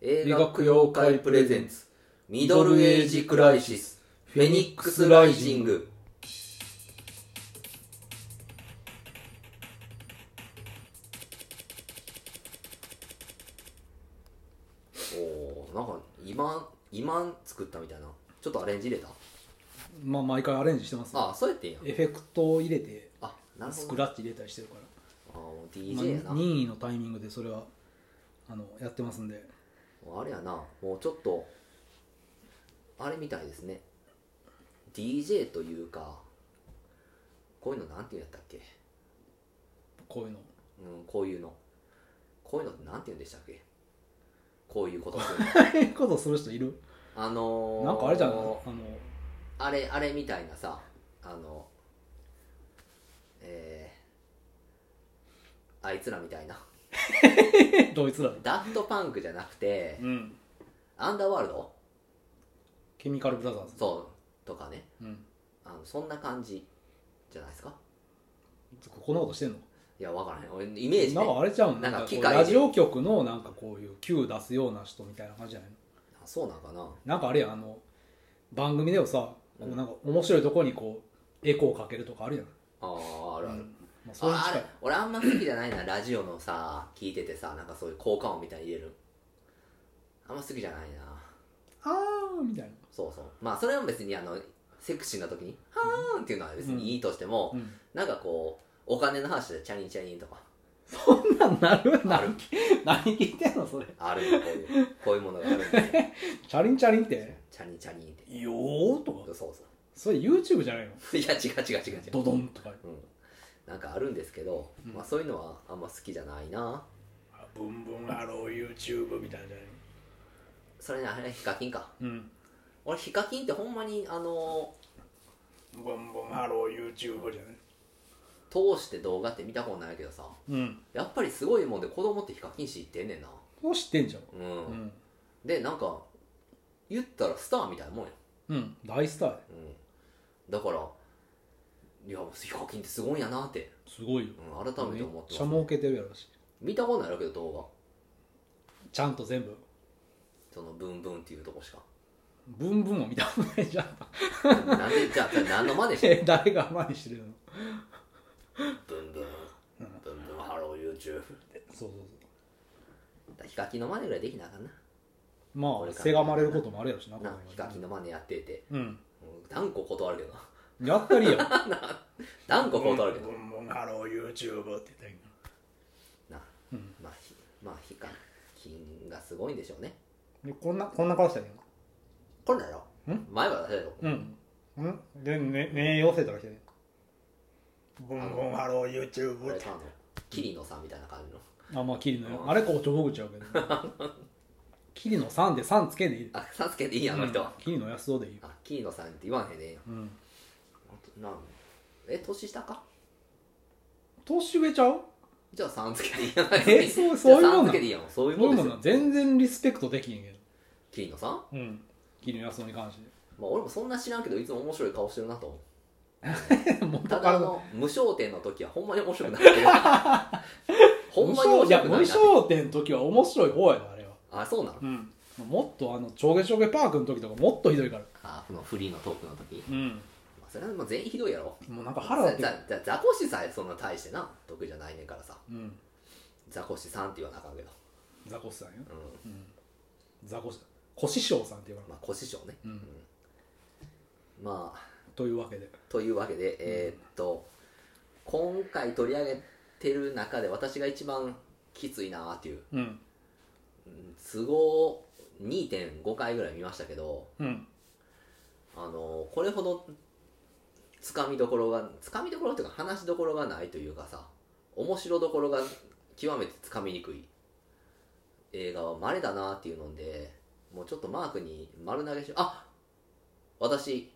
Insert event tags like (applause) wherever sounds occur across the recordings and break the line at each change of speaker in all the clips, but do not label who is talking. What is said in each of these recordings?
映画妖怪プレゼンツミドルエイジクライシスフェニックスライジングおーなんか今今作ったみたいなちょっとアレンジ入れた
まあ毎回アレンジしてますね
ああそうやってんや
エフェクトを入れて
あなる
ス
ほ
ク
どあ
ラッチ入れたりしてるから
ーもう DJ やな、
まあ任意のタイミングでそれはあのやってますんで
あれやなもうちょっとあれみたいですね DJ というかこういうのなんていうんやったっけ、
こう
(laughs)
いうの
うん、こういうのこういうのってなんて言うんでしたっけこういうことする
(laughs) こういうことする人いる
あのー、
なんかあれじゃないあの (laughs)
あれあれみたいなさあのえー、あいつらみたいな
えドイツだ
ダフトパンクじゃなくて
うん
アンダーワールド
ケミカルブラザーズ
そうとかね
うん
あのそんな感じじゃないですか
こんなことしてんの
いやわからへん俺イメージ、
なんか
ね、
あれちゃうん
な
なん
か
んかこ
機
う
械で
ラジオ局のなんかこういう Q 出すような人みたいな感じじゃないの
あそうなんかな
なんかあれやんあの番組でもさこう
うん
なんか面白いとこにこうエコーかけるとかあるやん、
あーあるある、
うんまあ、それに
ああ
近
れ
い
俺あんま好きじゃないなラジオのさ聞いててさなんかそういう効果音みたいに入れるあんま好きじゃないな
あーみたいな
そうそうまあそれは別にあのセクシーな時に「はーん」っていうのは別にいいとしても、
うん
なんかこうお金の話でチャリンチャリンとか
そんなんなるな
ある
る何聞いてんのそれ
あるんだこういうこういうものがあるんですよ
チャリンチャリン (laughs) って
チャリンチャリンって
よーとか
そうそう
それ YouTube じゃないの
いや違う違う違う違う
ドドンとか
うん、なんかあるんですけど、
うん
まあそういうのはあんま好きじゃないな
ブンブンハロー YouTube みたいなじゃない
それねあれヒカキンか
のうん
俺ヒカキンってほんまにあの
ブンブンハロー YouTube じゃない
通して動画って見たことないけどさ
うん
やっぱりすごいもんで子供ってヒカキン知ってんねんな
そう知ってんじゃん
うん、
うん、
でなんか言ったらスターみたいなもんや、
うん、大スターや
うん、だからいやヒカキンってすごいんやなって、
すごいよ
うん、改め
め
て
っ
思って
ち
ま
ゃ
す
儲けてるやろし
見たことないけど動画
ちゃんと全部
そのブンブンっていうとこし
(laughs)
か
ブンブンを見たことないじゃん
なんでじゃあじゃあ何の真似してんの
え誰が前にしてるの
ブンブン
うん
ブンブンハロー YouTube
そうそうそう
ヒカキンのマネぐらいできなあかんな
ま
これ
あ
から
せがまれることもあるやろしな
なヒカキンのマネやってて
う
う
ん
ん断固断るけど (laughs) な
やったりやん
断固断るけど
ブンブンハロー YouTube って言った
な
らいいん
まあひまあヒカキンがすごいんでしょうね
うんこんなこんな顔したらいいの
これだよ
ん
前は出せよ
うんうんでね名妖精とかしてねブン
ブン
ハロー YouTube
これかのキリノさんみたいな感じの
あまあキリノよあれこうちょぼ口やけど (laughs) キリノ3で3つけんでいい
あさつけていいやんあの人
うんキリノ安男でいいよ
あキリノさんって言わんへんね
うん
んなんえ年下か
年上ちゃう
じゃあさんつけていいやん
えそうそういうもん
じゃあさつ
な
けていいやんそういう
そう
も
い
んで
うも
す
ん
よ
な全然リスペクトできへんけど
キリノさん
うんキリノ安男に関し
まあ俺もそんな知らんけどいつも面白い顔してるなと思う
て (laughs) 元
た
か
だあ
らの
の無焦点の時はほんまに面白
(laughs)
くないっていうほんまに面
いや
白く
無
ないな
焦点の時は面白い方やなあれは
あそうなの
うんもっとあの「ちょげちょげパーク」の時とかもっとひどいから
あこのフリーのトークの時
うん
まあそれはもう全員ひどいやろ
もうなんか腹立って
ざざざザコシさえそんな大してな得意じゃないねんからさ
うん
ザコシさんって言わなあかんけど
ザコシさんよ
うん
うんザコシさんコシショウさんって言われる
まあコシショウね
うん
まあ
というわけで
というわけでえーっと、今回取り上げてる中で私が一番きついなっていう
うん
うん都合2.5回ぐらい見ましたけど
うん
あのこれほどつかみどころがつかみどころっていうか話しどころがないというかさ面白どころが極めてつかみにくい映画は稀だなっていうのでもうちょっとマークに丸投げしあ私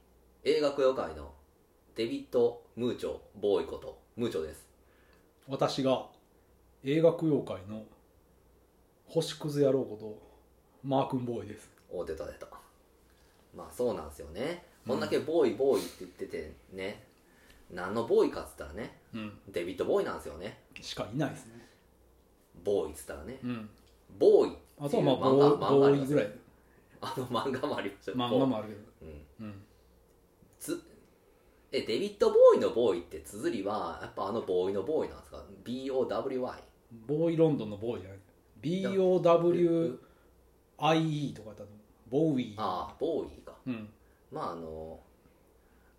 映画供養会のデビッド・ムーチョボーイことムーチョです
私が映画供養会の星屑野郎ことマー君ボーイです
お出た出たまあそうなんですよねこんだけボーイボーイって言っててね、何のボーイかっつったらね
うん
デビッド・ボーイなんですよね
しかいないですね
ボーイっつったらね
うん
ボーイ
あとはまあ
っていう漫画漫画
ボ
あ
ー
り
イ
ます
ぐらい
あの漫画もありましたよ
漫画もあるけど
うん
うん
つえデビッド・ボーイのボーイって綴りはやっぱあのボーイのボーイなんですか ?BOWY
ボーイロンドンのボーイじゃない BOWIE とかだと思うボーイ
ああボーイか
うん
まああの (clears throat)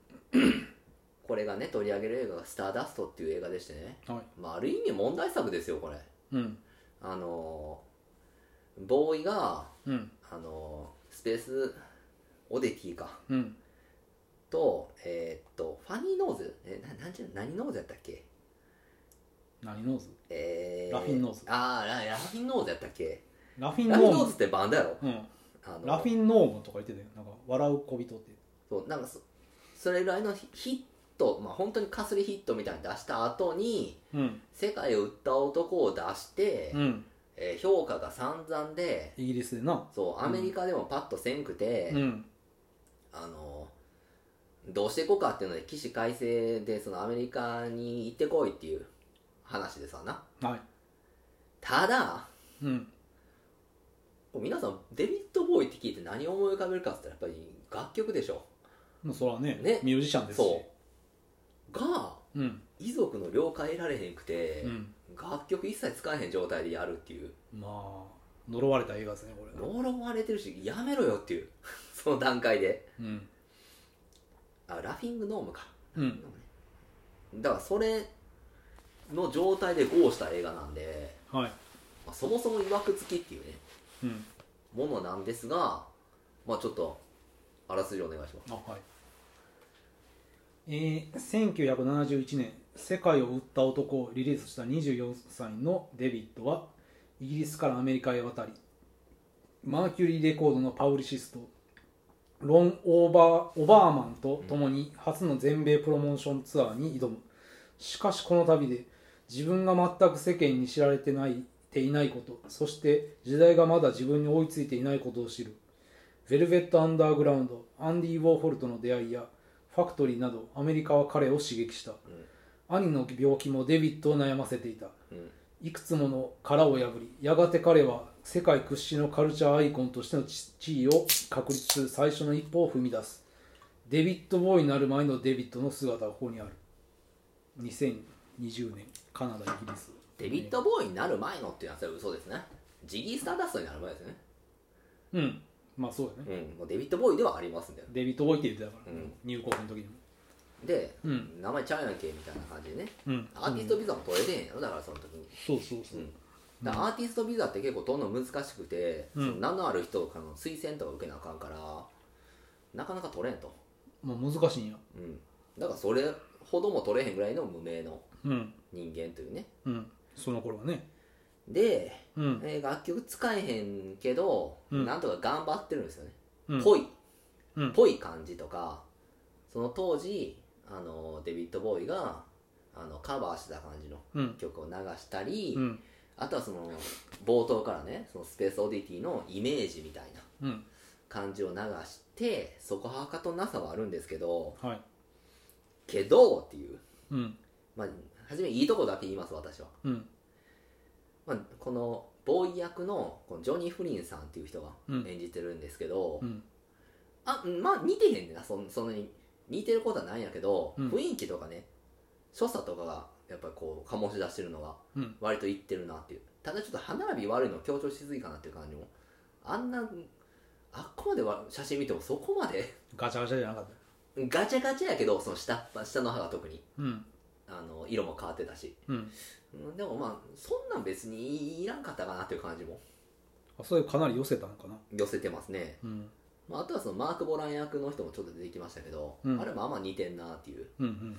これがね取り上げる映画が「スターダスト」っていう映画でしてね、
はい
まあ、ある意味問題作ですよこれ
うん
あのボーイが
うん
あのスペースオデティか
うん
とえーっとファニーノーズえななんちゅう何ノーズやったっけ
何ノーズ
えー
ラフィンノーズ
ああララフィンノーズやったっけ
ラフィン
ラフィンノー
ノー
ズ
ム
ってバンドやろ
うん
あの
ラフィンノームとか言ってたよなんか笑う小人って
そうなんかそそれぐらいのヒヒットまあ本当にかすりヒットみたいに出した後に
うん
世界を売った男を出して、
うん
えー評価が散々で
イギリスでな
そうアメリカでもパッとせんくて、
うん
あのどうしていこうかっていうので起死回生でそのアメリカに行ってこいっていう話でさな
は
ただ
いうん
こう皆さんデビッド・ボーイって聞いて何を思い浮かべるかって言ったらやっぱり楽曲でしょ
もうそれはね
ね
ミュージシャンですし
そうが
うん
遺族の了解得られへんくて、
うん
楽曲一切使えへん状態でやるっていう
まあ呪われた映画ですねこれ
呪われてるしやめろよっていう (laughs) その段階で
うん
あラフィングノームか
うん
だからそれの状態でゴーした映画なんで、
はい
まあそもそもいわくつきっていうね
うん
ものなんですがまあちょっとあらすじお願いします
あはいえー1971年「世界を売った男」をリリースした24歳のデビッドはイギリスからアメリカへ渡りマーキュリーレコードのパウリシストロン・オーバー・オバーマンと共に初の全米プロモーションツアーに挑むしかしこの旅で自分が全く世間に知られてないていないことそして時代がまだ自分に追いついていないことを知るヴェルベット・アンダーグラウンドアンディ・ウォーホルとの出会いやファクトリーなどアメリカは彼を刺激した、兄の病気もデビッドを悩ませていた
うん
いくつもの殻を破りやがて彼は世界屈指のカルチャーアイコンとしての地地位を確立する最初の一歩を踏み出すデビッド・ボーイになる前のデビッドの姿がここにある2020年カナダイギリス
デビッド・ボーイになる前のっていうのはそれは嘘ですねジギー・スターダストになる前ですね
うんまあそうだね
うんもうデビッド・ボーイではありますんだよ
デビッド・ボーイって言ってたから、
うん
入国の時にも
で、
うん
名前ちゃうやんけみたいな感じでね
うん
アーティストビザも取れてへんやろだからその時に
そうそうそう、
だからアーティストビザって結構取るの難しくて、
うん
その名のある人からの推薦とか受けなあかんからなかなか取れんと、
まあ難しいんや
うん、だからそれほども取れへんぐらいの無名の
うん
人間というね
うんその頃はね
で、
うん
えー楽曲使えへんけど、
うん
なんとか頑張ってるんですよね、
うん
ぽい、
うん
ぽい感じとかその当時あのデビッド・ボーイがあのカバーしてた感じの
うん
曲を流したり、
うん
あとはその冒頭からねそのスペースオディティのイメージみたいな
うん
感じを流してそこはかとなさはあるんですけど
はい
けどっていう
うん
まあ初めいいとこだけ言います私は、
うん
まあ、このボーイ役のこのジョニー・フリンさんっていう人が
うん
演じてるんですけど、
うん
あうんまあ似てへんねんなそんそんなに似てることはないんやけど、
うん
雰囲気とかね所作とかがやっぱりこう醸し出してるのが
うん
割といってるなっていうただちょっと歯並び悪いの強調しすぎかなっていう感じもあんなあっこまでわ写真見てもそこまで (laughs)
ガチャガチャじゃなかった
ガチャガチャやけどその下っ端下の歯が特に
うん
あの色も変わってたし
うん
うんでもまあそんなん別にいらんかったかなっていう感じも
あそれかなり寄せたのかな
寄せてますね、
うん
まあ、あとはそのマーク・ボラン役の人もちょっと出てきましたけど、
うん
あれもあんま似てんなっていう
うんうん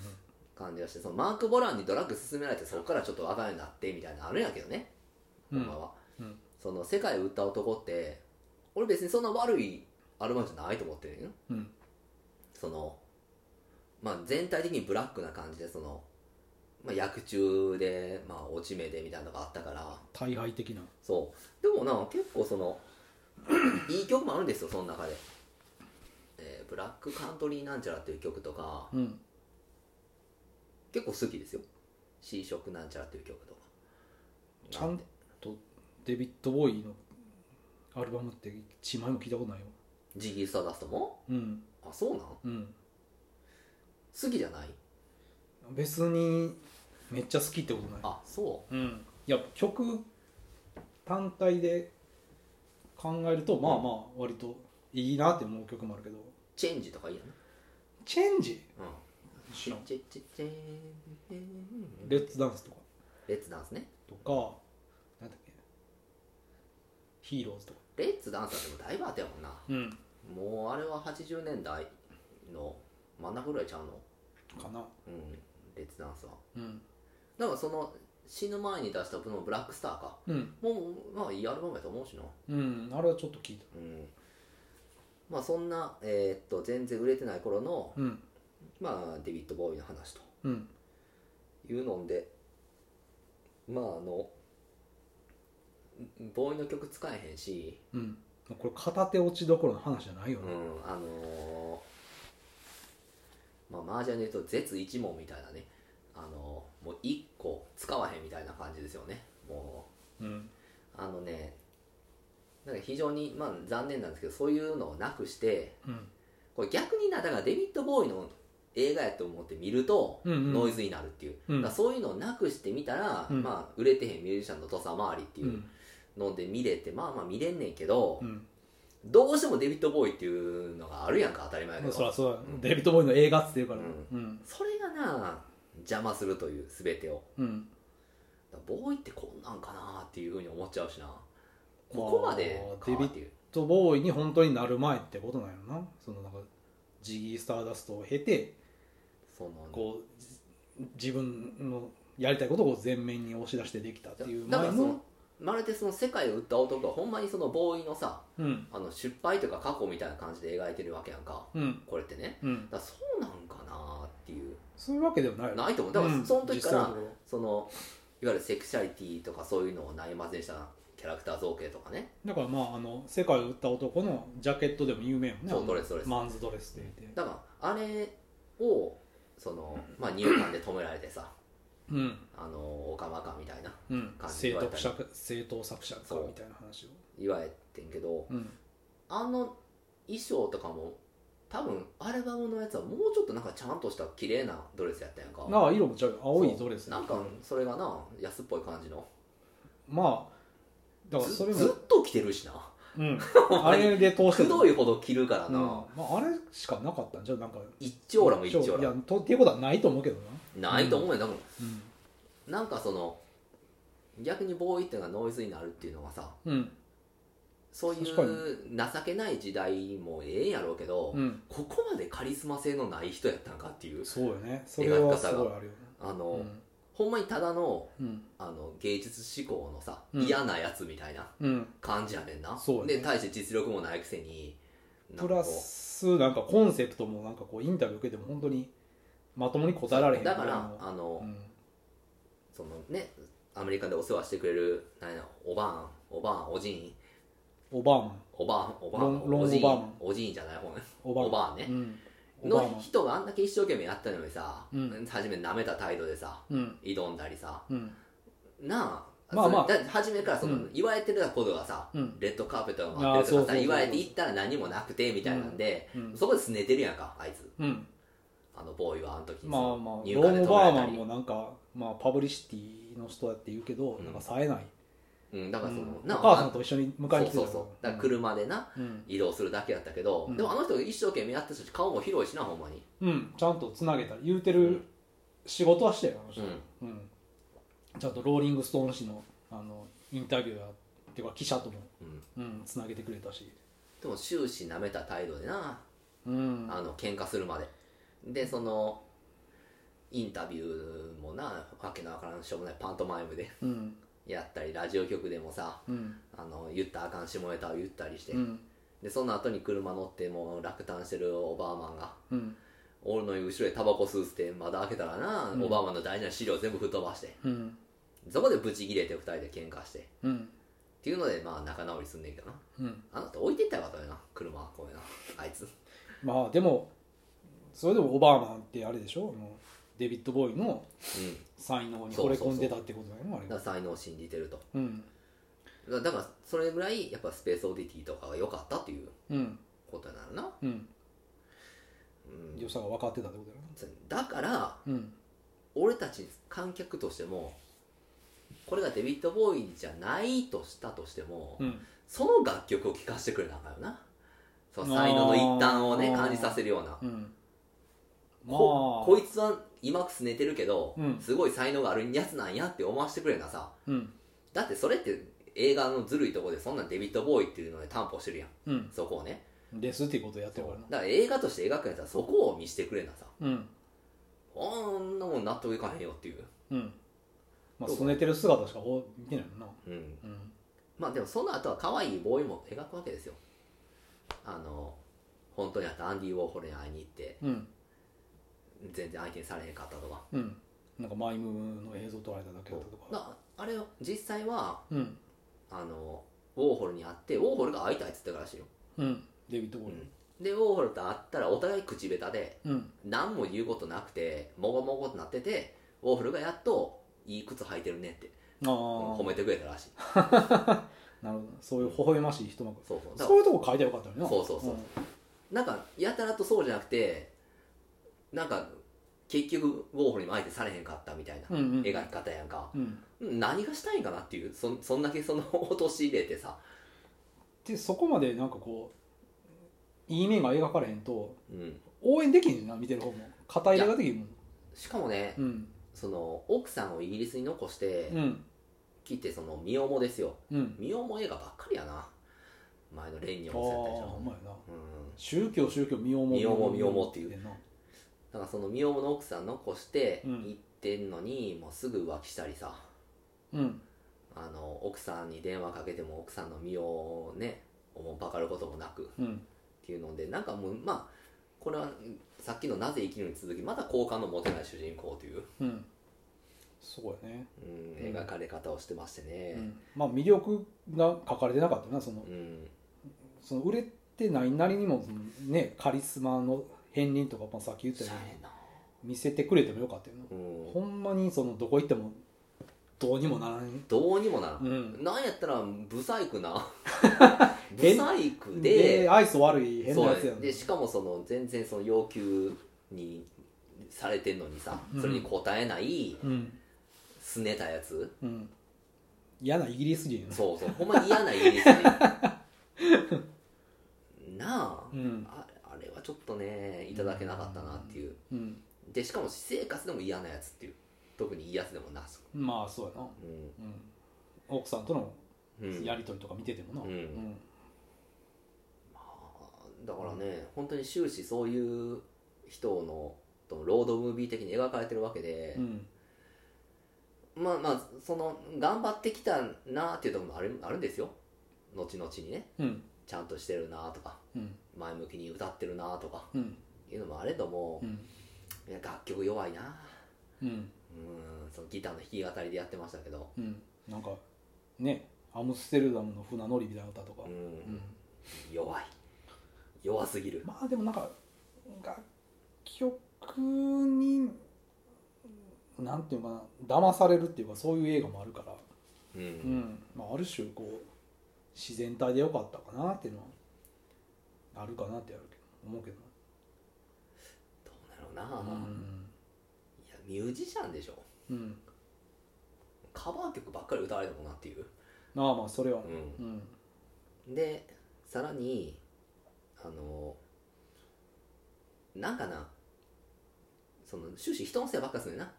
感じがしてそのマーク・ボランにドラッグ勧められてそこからちょっと若いになってみたいなのあるんやけどね
う
ほ
ん
んまは、
うん
その「世界を売った男」って俺別にそんな悪いアルバムじゃないと思ってるんよ
うんうん
その、まあ、全体的にブラックな感じでその、まあ、薬中で、まあ、落ち目でみたいなのがあったから
大敗的な
そうでもな結構そのいい曲もあるんですよその中で、えーブラックカントリーなんちゃら」っていう曲とか
うん
結構好きですよ「C 色なんちゃら」っていう曲とか
ちゃんとデビッド・ボーイのアルバムって一枚も聞いたことないよ
ジギー・スターダストも
うん
あそうなん好
うん
きじゃない
別にめっちゃ好きってことない
あそ
うんいや曲単体で考えるとまあまあ割といいなって思う曲もあるけど
うチェンジとかいいやね
チェンジ
うん
知らん
チェチェチェン
レッツダンスとか
レッツダンスね
とかなんだっけヒーローズとか
レッツダンスはでもだいぶ当てやもんな
うん
もうあれは80年代の真ん中ぐらいちゃうの
かな
うんレッツダンスは
うん
だからその死ぬ前に出したこのブラックスターか
うん
もうまあいいアルバムやと思うしな
うんあれはちょっと聞いた
うんまあそんな、えーっと全然売れてない頃の、
うん
まあ、デビッド・ボーイの話と
うん
いうのでまああのボーイの曲使えへんし、
うんこれ片手落ちどころの話じゃないよ
う
ね
ん、あのーまあマージャンで言うと絶一問みたいなねあのーもう一個使わへんみたいな感じですよねも
うん
うあのねなんか非常に、まあ、残念なんですけどそういうのをなくして
うん
これ逆になだからデビッド・ボーイの映画やと思って見ると
うんうん
ノイズになるっていう、
うん
だからそういうのをなくしてみたら、
うん
まあ、売れてへんミュージシャンの土佐回りって
う
いうんので見れて、まあまあ見れんねんけど、
うん
どうしてもデビッド・ボーイっていうのがあるやんか当たり前やけど
そらそうだ
うん
デビッド・ボーイの映画っつってるから
うん
うん
それがな邪魔するという全てを
うん
だからボーイってこんなんかなっていうふうに思っちゃうしなここまでか
まあ
っていう
デビッド・ボーイに本当になる前ってことなんやろなそのなんかジギー・スターダストを経て
その
こうじ自分のやりたいことを前面に押し出してできたっていう
だか
前
らそ
の
のまるでその世界を売った男がほんまにそのボーイのさ
うん
あの失敗とか過去みたいな感じで描いてるわけやんか
うん
これってね
うん
だからそうなんかなっていう
そういうわけではないよ
ないと思うだか
う
ら
ん
その時から、
実際のとこ
そのいわゆるセクシャリティとかそういうのをないまぜにしたキャラクター造形とかね
ろだからまああの世界を売った男のジャケットでも有名よね
そう
あの
ドレスドレス
マンズドレスって言って
だからあれをその、まあ、入管で止められてさ
うん
あのオカマかみたいな
うん
感じ
正
言われ
当
たり
者か正当作者か
そう
みたいな話を
言われてんけど
うん
あの衣装とかも多分アルバムのやつはもうちょっとなんかちゃんとした綺麗なドレスやったやんか
なんか色も違うよ青いドレス
なんかそれがな安っぽい感じの
まあだから
ず
それも
ずっと着てるしな
うん
ま
あ
に
れで通して
く
た
どいほど着るから
うん
な、
まあ、あれしかなかったんじゃうなんか
一丁羅も一丁
いや
羅
とっていうことはないと思うけどな
ないと思うよ、多分
うん
なんかその逆にボーイっていうのがノイズになるっていうのはさ
うん
そういう
確
情けない時代もええんやろうけど、
うん
ここまでカリスマ性のない人やったんかっていう
そうよねそれはすごいあるよね
あ
う
の、
ん
ほんまにただの
うん
あの芸術志向のさ、
うん
嫌なやつみたいな
うん
感じやねんな、
そうやね
で対して実力もないくせになんかこう
プラスなんかコンセプトもなんかこうインタビュー受けても本当にまともに答えられへん
だから
みたい
あの、
なうん
そのねアメリカでお世話してくれるなんやおばあんおばあんおじいん
オバーマン
おばあんおばあ
ロン
ん
ロン
おじいん
オバーマン
おじいんじゃない方ね
オバー
お
マ
ばあんね
ン、うんオバーマ
の
ン
人があんだけ一生懸命やったのにさ、
うん
初め舐めた態度でさ
うん
挑んだりさ
うん
なあ
まあまあ
それだ初めからその、
うん
言われてることがさ、
うん
レッドカーペットが待ってるとか
あーそうそうそう
さ言われて行ったら何もなくてみたいなんで、
うん
そこで拗ねてるやんかあいつ
うん
あのボーイはあの時に
まあまあ
入
ロー
管
ン・
で止
オ
め
バー
られ
マ
た
ン
り
もなんか、まあ、パブリシティの人だって言うけど、
うん
なんか冴えない、
うん、だからその、
うん
な
お
あ
母さんと一緒に迎えに来て
そうそう
た
そうだから車でな、
うん、
移動するだけやったけど、
うん
でもあの人一生懸命やってたし顔も広いしなほんまに、
うん、ちゃんとつなげたり言うてる仕事はしてるよあの人、うんちゃんとローリング・ストーン氏のあのインタビューやっていうか記者とも、
うん
うん、つなげてくれたし、
でも終始舐めた態度でな
うん、
あの喧嘩するまででそのインタビューもなわけのわからんしょうもないパントマイムで (laughs)
うん
やったりラジオ局でもさ
うん
あの言ったらあかん下ネタを言ったりして、
うん
でその後に車乗ってもう落胆してるオバーマンが
うん
俺の後ろでタバコ吸うって窓開けたらな、
うん
オバーマンの大事な資料全部吹っ飛ばして
うん
そこでブチギレて二人で喧嘩してっ
うん
ていうのでまあ仲直りすんねんけどな
うん
あなた置いてったらよかったよな車こういうなあいつ
まあでもそれでもオバーマンってあれでしょあのデビッド・ボーイの
うん
才能に惚れ込んでたってことだよねあれ
だ
が
から才能を信じてると
うん
だだからそれぐらいやっぱスペースオディティとかが良かったっていう
うん
ことになるな、
うん
うん
良さが分かってたってことだよ
だから
なうん
俺たち観客としてもこれがデビッド・ボーイじゃないとしたとしても、
うん
その楽曲を聴かせてくれなあかんよなその才能の一端を
あ
ね
ー
感じさせるような、
うんまあ
ここいつは今くすねてるけど、
うん
すごい才能があるやつなんやって思わせてくれなさ
うん
だってそれって映画のずるいとこでそんなんデビッド・ボーイっていうので担保してるやん
うん
そこをね
ですっていうことをやって
だ
る
か
から
ら
な
映画として描くやつはそこを見せてくれなさ
うん
あんなもん納得いかへんよっていう
うんまあ
そう
そねてる姿しかお見てないもんな
うん
うん
まあでもその後は可愛いボーイも描くわけですよあの本当にあったアンディ・ウォーホルに会いに行って
うん
全然相手にされへんかったとか
うんなんかマイムの映像撮られただけだったとか
なあれを実際は
うん
あのウォーホルに会ってウォーホルが会いたいっつってたらしいよ、
うんデビッド・ボーイ
でウォーホルと会ったらお互い口下手で
うん
何も言うことなくてもごもごとなっててウォーホルがやっと「いい靴履いてるね」って
ああ
褒めてくれたらしい
なるほどそういう微笑ましい一幕
そうそうだか
そういうとこ書いてよかったのにな
そうそうそうらなんかやたらとそうじゃなくてなんか結局ウォーホルにも相手されへんかったみたいな
うんうん
描き方やんか
うんうん
何がしたいんかなっていうそそんだけ (laughs) その落とし入れてさ、
でそこまでなんかこういい面が描かれへんと
うん、
応援できんねんな見てる方も肩入れができんもん
しかもね
うん
その奥さんをイギリスに残して
うん
来てその身重ですよ
うん
身重映画ばっかりやな前のレンに
ああ
もそうやったでし
ほん
ょ
まやな
うん
宗教宗教身重
身重身重っていう
言んな
だからその身重の奥さん残して
うん
行ってんのに、もうすぐ浮気したりさ
うん
あの奥さんに電話かけても奥さんの身をねおもんぱかることもなくっ
うん
ていうのでなんかもうまあこれはさっきの「なぜ生きる」に続きまた好感の持てない主人公という、
うんそうやね、
うん、
うん
描かれ方をしてましてね
うん、まあ魅力が書かれてなかったよなその
うん、
その売れてないなりにもそのねカリスマの片鱗とか、まあ、さっき言った
し
よ
ゃ
う
れ
に
んな
見せてくれてもよかったよな
うん
ほんまにそのどこ行ってもどうにもならない
どうにもならん、
うん
なんやったらブサイクなブ
(laughs) 変
サイク
で
で
愛想悪い変な
そう
や
や
つや
ね
ん
でしかもその全然その要求にされてんのにさ
うん
それに応えない
うん
拗ねたやつ、
うん嫌なイギリス人やな
そうそうほんまに嫌なイギリス人 (laughs) なあ,、
うん
ああれはちょっとねいただけなかったなっていう
うん
でしかも私生活でも嫌なやつっていう特にいいやつでもなし
まあそうやな、
うん
うん、奥さんとの
うん、
やり取りとか見ててもな
うん
うん
だからね本当に終始そういう人のとのロードムービー的に描かれてるわけで
う、ん
まあまあその頑張ってきたなっていうところもあるあるんですよ後々にね
うん
ちゃんとしてるなとか
うん
前向きに歌ってるなとか
うん
いうのもあれども
う、ん
いや楽曲弱いな
うん
うんそのギターの弾き語りでやってましたけど
うんなんかねアムステルダムの船乗りみたいな歌とか、
うん、
うん
弱い弱すぎる
まあでもなんか楽曲になんていうのかな騙されるっていうかそういう映画もあるから、
うん、
うんまあ、ある種こう自然体でよかったかなっていうのはあるかなってやるけど思うけど
どうなのな、
な、
いやミュージシャンでしょ
うんうん、
カバー曲ばっかり歌われてもなっていう、
まあまあそれはね
うん
うん
でさらにあのなんかなその終始人のせいばっかするねんな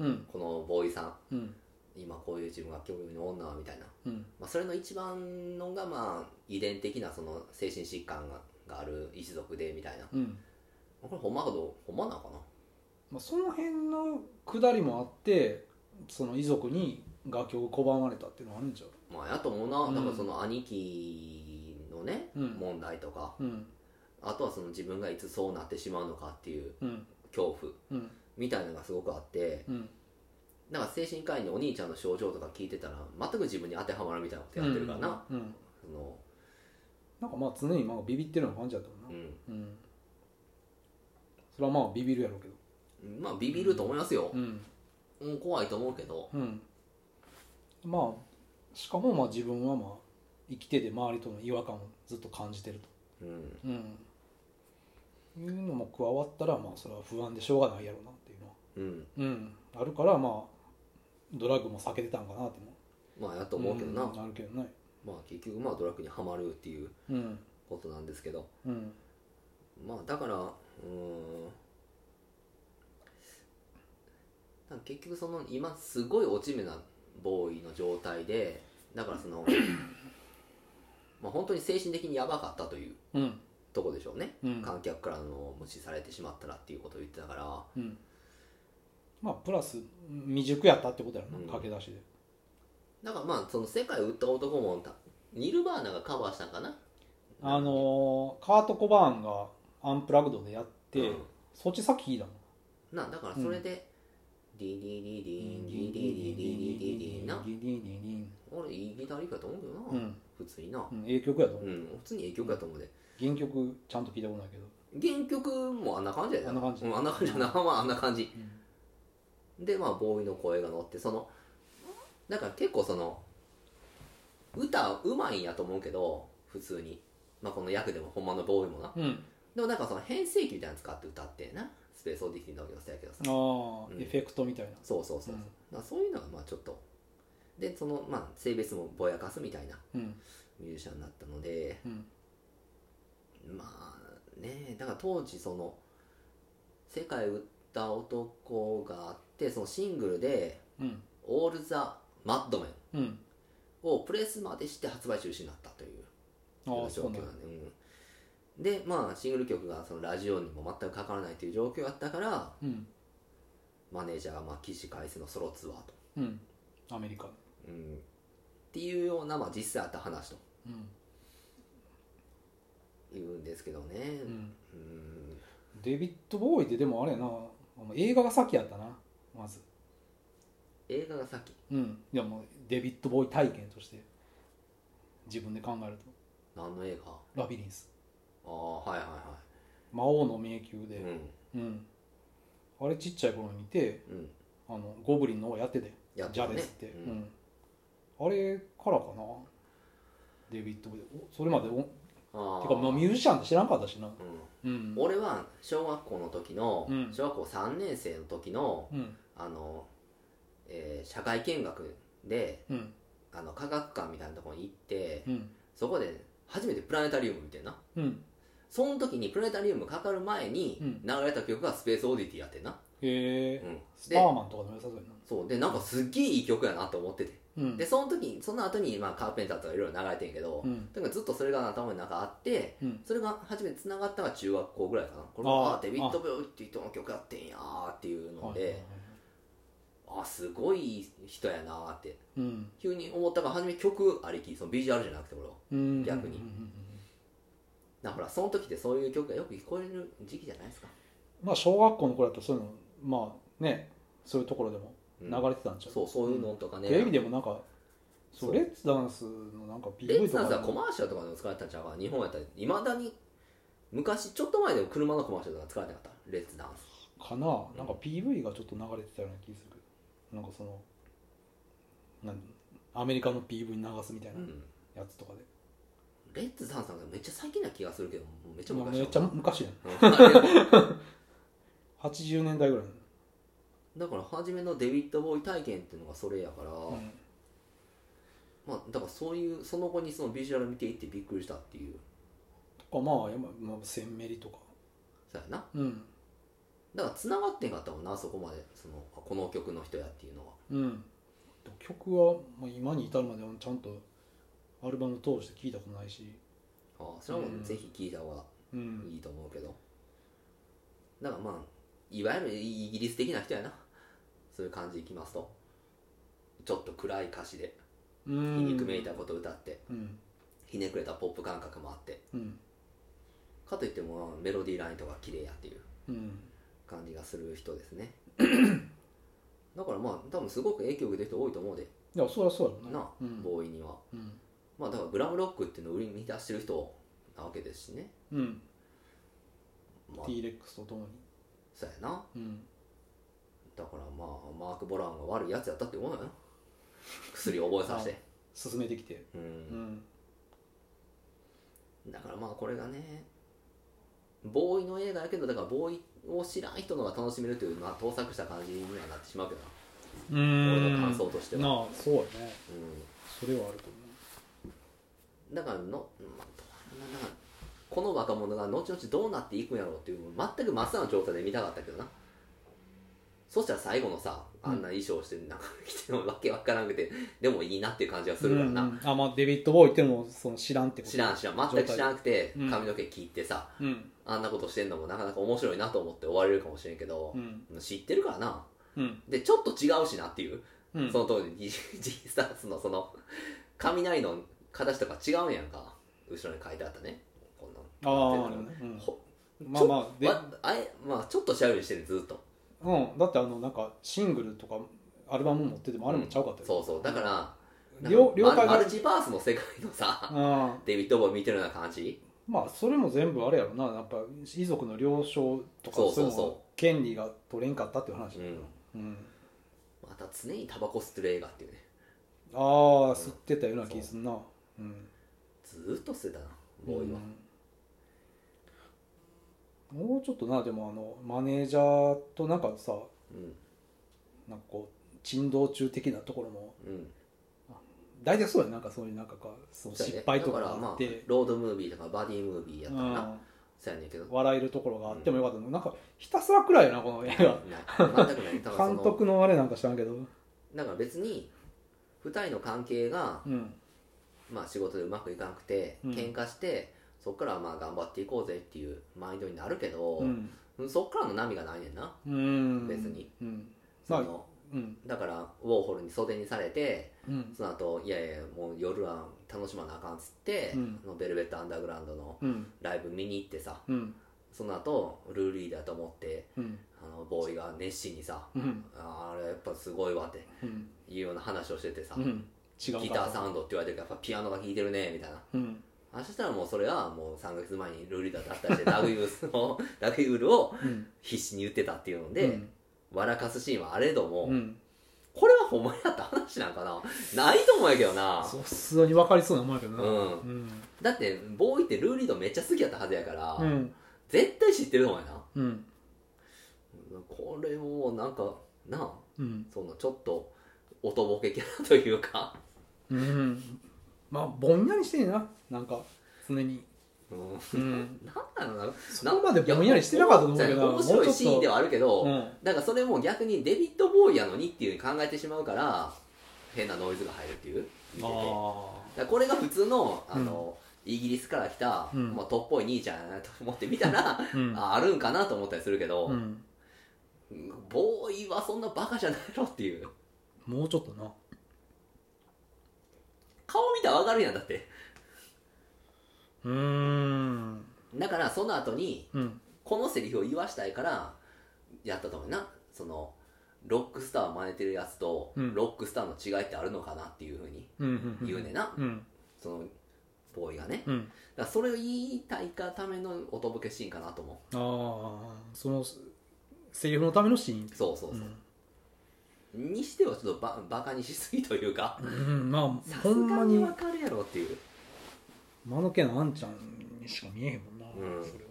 うん
このボーイさん
うん
今こういう自分が興味の女はみたいな、
うん
まあ、それの一番のがまあ遺伝的なその精神疾患ががある一族でみたいな
うん
これほんまかどうほんまなのかな
まあ、その辺のくだりもあってその遺族に楽曲を拒まれたっていうのはあるんちゃ
まあやと思うな、
うん
だからその兄貴のね、
うん
問題とか
ううん
あとはその自分がいつそうなってしまうのかっていう
うん
恐怖
うん
みたいなのがすごくあって、
うん
なんか精神科医のお兄ちゃんの症状とか聞いてたら全く自分に当てはまるみたいなことやってるからな、
うんうん
その
なんかまあ常にまあビビってるような感じだったもんな、
う
うん、それはまあビビるやろうけ
ん、
ど
まあビビると思いますよ
う、ん
うん、怖いと思うけど
うんまあしかもまあ自分はまあ生きてて周りとの違和感をずっと感じてると、
うん
うん、いうのも加わったらまあそれは不安でしょうがないやろうなっていうのは、
うん
うん、あるからまあドラッグも避けてたんかなっても
まあやと思うけどな、
んなるけどね
まあ結局まあドラッグにはまるっていう
うん
ことなんですけど
うん
まあだからうーんなんか結局その今すごい落ち目なボーイの状態でだから
(coughs)
そのまあ本当に精神的にやばかったという
うん
とこでしょうね、
うん
観客からの無視されてしまったらっていうことを言ってたから
うんまあプラス未熟やったってことやろな、
うん
駆け出しで
だからまあその世界を売った男もたニルバーナがカバーしたんかな
あのーカート・コバーンがアンプラグドでやって、
うん
そっちさっき聞いたもん
なだからそれで、ディディディディディディディディディディな俺いいギタリーだと思うけどな、
うん、
普通にな
うん、ええ曲やと思
う
うん
普通に影響だと思うで
原曲ちゃんと聞いたことないけど
原曲もあんな感じやで
あんな感じ
うん、あんな感じやなまああんな感じ、でまあボーイの声が乗ってそのだから結構その歌うまいんやと思うけど普通にまあこの役でもほんまのボーイもな
うん
でもなんかその変声期みたいなの使って歌ってんなスペースオーディティの時もそうやけどさ
ああ、
うん
エフェクトみたいな
そうそうそうそう、
うん
だからそういうのがまあちょっとでそのまあ性別もぼやかすみたいな
うん
ミュージシャンになったので
うん
まあねだから当時その「世界を売った男」があってそのシングルで
うん
「オール・ザ・マッドメン
うん」
をプレスまでして発売中止になったという
ああ
状
そうなん
況な
だ
んで、うん、でまあシングル曲がそのラジオにも全くかからないという状況だったから
うん
マネージャーがまあ起死回生のソロツアーと、
うんアメリカ
うん、っていうような、まあ、実際あった話と
うん、
いうんですけどね、
うん、
うん
デビッド・ボーイってでもあれやなあの映画が先やったなまず
映画がさっき
うんいやもうデビッド・ボーイ体験として自分で考える
何の映画
とラビリンス
ああはいは
魔王の迷宮
いはい
で、うん、あれちっちゃい頃に見て
うんうん
あのゴブリンの方やってたよ
や
ジ
た
ャ
ね
レスって、
うん
うんあれからかなデビッド・ボーイおそれまでお
ああ
てかまあミュージシャンって知らんかったしな
う
うん
ん、俺は小学校の時の、
うん
小学校3年生の時の
うん
あの、えー社会見学で
うん
あの科学館みたいなところに行って
うん
そこで初めてプラネタリウム見てんな
うん
その時にプラネタリウムかかる前に
うん
流れた曲がスペースオーディティやってんな、
へ
う
え
ん、
スタ
で
ーマンとかでも良さそうやな
そうでなんかすっげえいい曲やなと思ってて
うん
でその時にその後にまあカーペンターとかいろいろ流れてんけど、
うん
とにかくずっとそれが頭の中あって
うん
それが初めてつながったのが中学校ぐらいかなこれ
あー
ああデビッド・ボーイっていう人の曲やってんやーっていうの
はいはいはい
であすごい人やなーって
うん
急に思ったから初め曲ありきそのビジュアルじゃなくて俺は
うん
逆に
うんうんうんうん
だからほらその時ってそういう曲がよく聞こえる時期じゃないですか、
まあ小学校の頃だったらそういうのまあねそういうところでも
うん
流れてたんちゃう、
そうそういうのとかね、
テレビでもなんか
そう
そうレッツダンスのなんか PV
レ
とか
ッツダンスはコマーシャルとかでも使われてたんちゃうかな日本やったらいまだに昔ちょっと前でも車のコマーシャルとか使われてなかったレッツダンス
かななんか PV がちょっと流れてたような気がするけどなんかそのなんアメリカの PV に流すみたいな
うん
やつとかで、
レッツダンスなんかめっちゃ最近な気がするけどもうめっちゃ
まあ
昔
め
だ
っちゃ昔やん
うん
80年代ぐらいの、
だから初めのデビッド・ボーイ体験っていうのがそれやから、
うん
まあだからそういうその後にそのビジュアル見ていってびっくりしたっていう
とかまあやっぱまあセンメリとか
そうやな
うん
だから繋がってんかったもんなそこまでそのあこの曲の人やっていうのは
うん曲はまあ今に至るまではちゃんとアルバム通して聞いたことないし
ああそれはも
うん
うぜひ聴いた方が
うん
いいと思うけど、だからまあいわゆるイギリス的な人やなそういう感じいきますとちょっと暗い歌詞で
皮
皮肉めいたこと歌って、
うん
ひねくれたポップ感覚もあって
うん
かといってもまあメロディーラインとか綺麗やっていう
うん
感じがする人です
(coughs)
ねだからまあ多分すごく影響を受けてる人多いと思うで、
いやそりゃそうやろな
なあ、
うん
ボーイには
うん
まあだからグラムロックっていうのを売りに出してる人なわけですしね
うん
まあ
T レックスとともに
そうやな
うん
だからまあマーク・ボランが悪いやつやったって思うのよ薬を覚えさせて
進めてきて、
う
うんん、
だからまあこれがねボーイの映画やけどだからボーイを知らん人の方が楽しめるという、まあ、盗作した感じにはなってしまうけどな俺の感想としては、
なあそうや
うん
ねそれはあると思
だからの、うんどうなんだなんかこの若者が後々どうなっていくんやろうっていう全く真っ青な状態で見たかったけどなそしたら最後のさあんな衣装してなんか着てるのわけわからなくてでもいいなっていう感じが
う
するからな、
うんうんあまあデビッド・ボーイってのもその知らんってこと
知らん知らん全く知らなくて
うん
髪の毛切ってさ、
うん
あんなことしてんのもなかなか面白いなと思って終われるかもしれんけど
う、ん
知ってるからな
うん
でちょっと違うしなっていう、
うん
その当時 (laughs) G スターツのその雷の形とか違うんやんか後ろに書いてあったねこんな
あああるね、うん
ほ
まあまあ
ち
で
ょわあえまあちょっとしゃべりしてるずっと
うん、だってあのなんかシングルとかアルバム持っててもあれもちゃうかったよ、
そうそうだから、なん
両
か
両
マ
界
ル
が
マルチバースの世界のさ、
ああ
デビッド・ボーイ見てるような感じ
まあそれも全部あれやろなやっぱ遺族の了承とか
そうそうそう
いのが権利が取れんかったっていう話だけど、うん
また常にタバコ吸ってる映画っていうね
ああ吸ってたような気すんなうん
ずーっと吸ってたなボーイは、
うんもうちょっとなでもあのマネージャーとなんかさ
うん
なんかこう珍道中的なところも
うん
大体そうやんなんかそういうなんかかそう
そうやね
失敗とか
だ
が
らま
あ
あ
って、
ロードムービーとかバディムービーやったかな、
うん
そうやねんけど
笑えるところがあってもよかったの、なんかひたすらくらいやなこの映画
ない全く
(laughs)
ないだからそ
監
の
督のあれなんか知らんけど
だから別に2人の関係が、
うん
まあ、仕事でうまくいかなくて
うん
喧嘩して、そっからまあ頑張っていこうぜっていうマインドになるけど
う、ん、
そっからの波がないねんな
うん、
別に
うん
そ
まあ
の、
うん
だからウォーホルに袖にされて
うん
その後いやいやもう夜は楽しまなあかんっつって、
うん
あのベルベットアンダーグラウンドの
うん
ライブ見に行ってさ
うん
その後ルーリーだと思って
うん
あのボーイが熱心にさ
うん
あーあれやっぱすごいわって
うん
いうような話をしててさ、
うん違うか
ギターサウンドって言われてるからやっぱピアノが弾いてるねみたいな
うん
あそしたらもうそれはもう3ヶ月前にルーリダだったりしてダグユース
(laughs)
のダグユールを
うん
必死に言ってたっていうので、
うん
笑かすシーンはあれども、
うん
これはほんまにあった話なんかなないと思うんやけどな
そう普通に分かりそうなもんやけどな
うん
うん
だってボーイってルーリードめっちゃ好きやったはずやから、
うん
絶対知ってると思うやな
うん
これもなんかなあ
うん
そのちょっと音ボケキャラというか、
うんまあぼんやりしてんねんななんか常に
うん、
うん
なんなの
そこまでぼんやりしてなかったと思うけど
面白いシーンで
は
はあるけど、
うん
だからそれも逆にデビッド・ボーイやのにっていうふうに考えてしまうから変なノイズが入るっていう見ててだか
あ
らこれが普通のあの、イギリスから来た、
うん
まあ、トッぽい兄ちゃんやなと思って見たら、
あうん
ああるんかなと思ったりするけど、
うん
ボーイはそんなバカじゃないろっていう
もうちょっとな
顔見たらわかるやんだって
うーん
だからその後に
うん
このセリフを言わしたいからやったと思うなそのロックスターを真似てるやつと、
うん
ロックスターの違いってあるのかなっていうふうに
うんうん
言うねんな、
うん
そのボーイがね
うん
だからそれを言いたいがための音ぼけシーンかなと思
ああそのセリフのためのシーン
うそうそうそう、にしてはちょっとババカにしすぎというか
うんまあ
さ
ほ
す
んま
がに
に
わかるやろっていう
間の毛のあんちゃんにしか見えへんもんな
うん
それは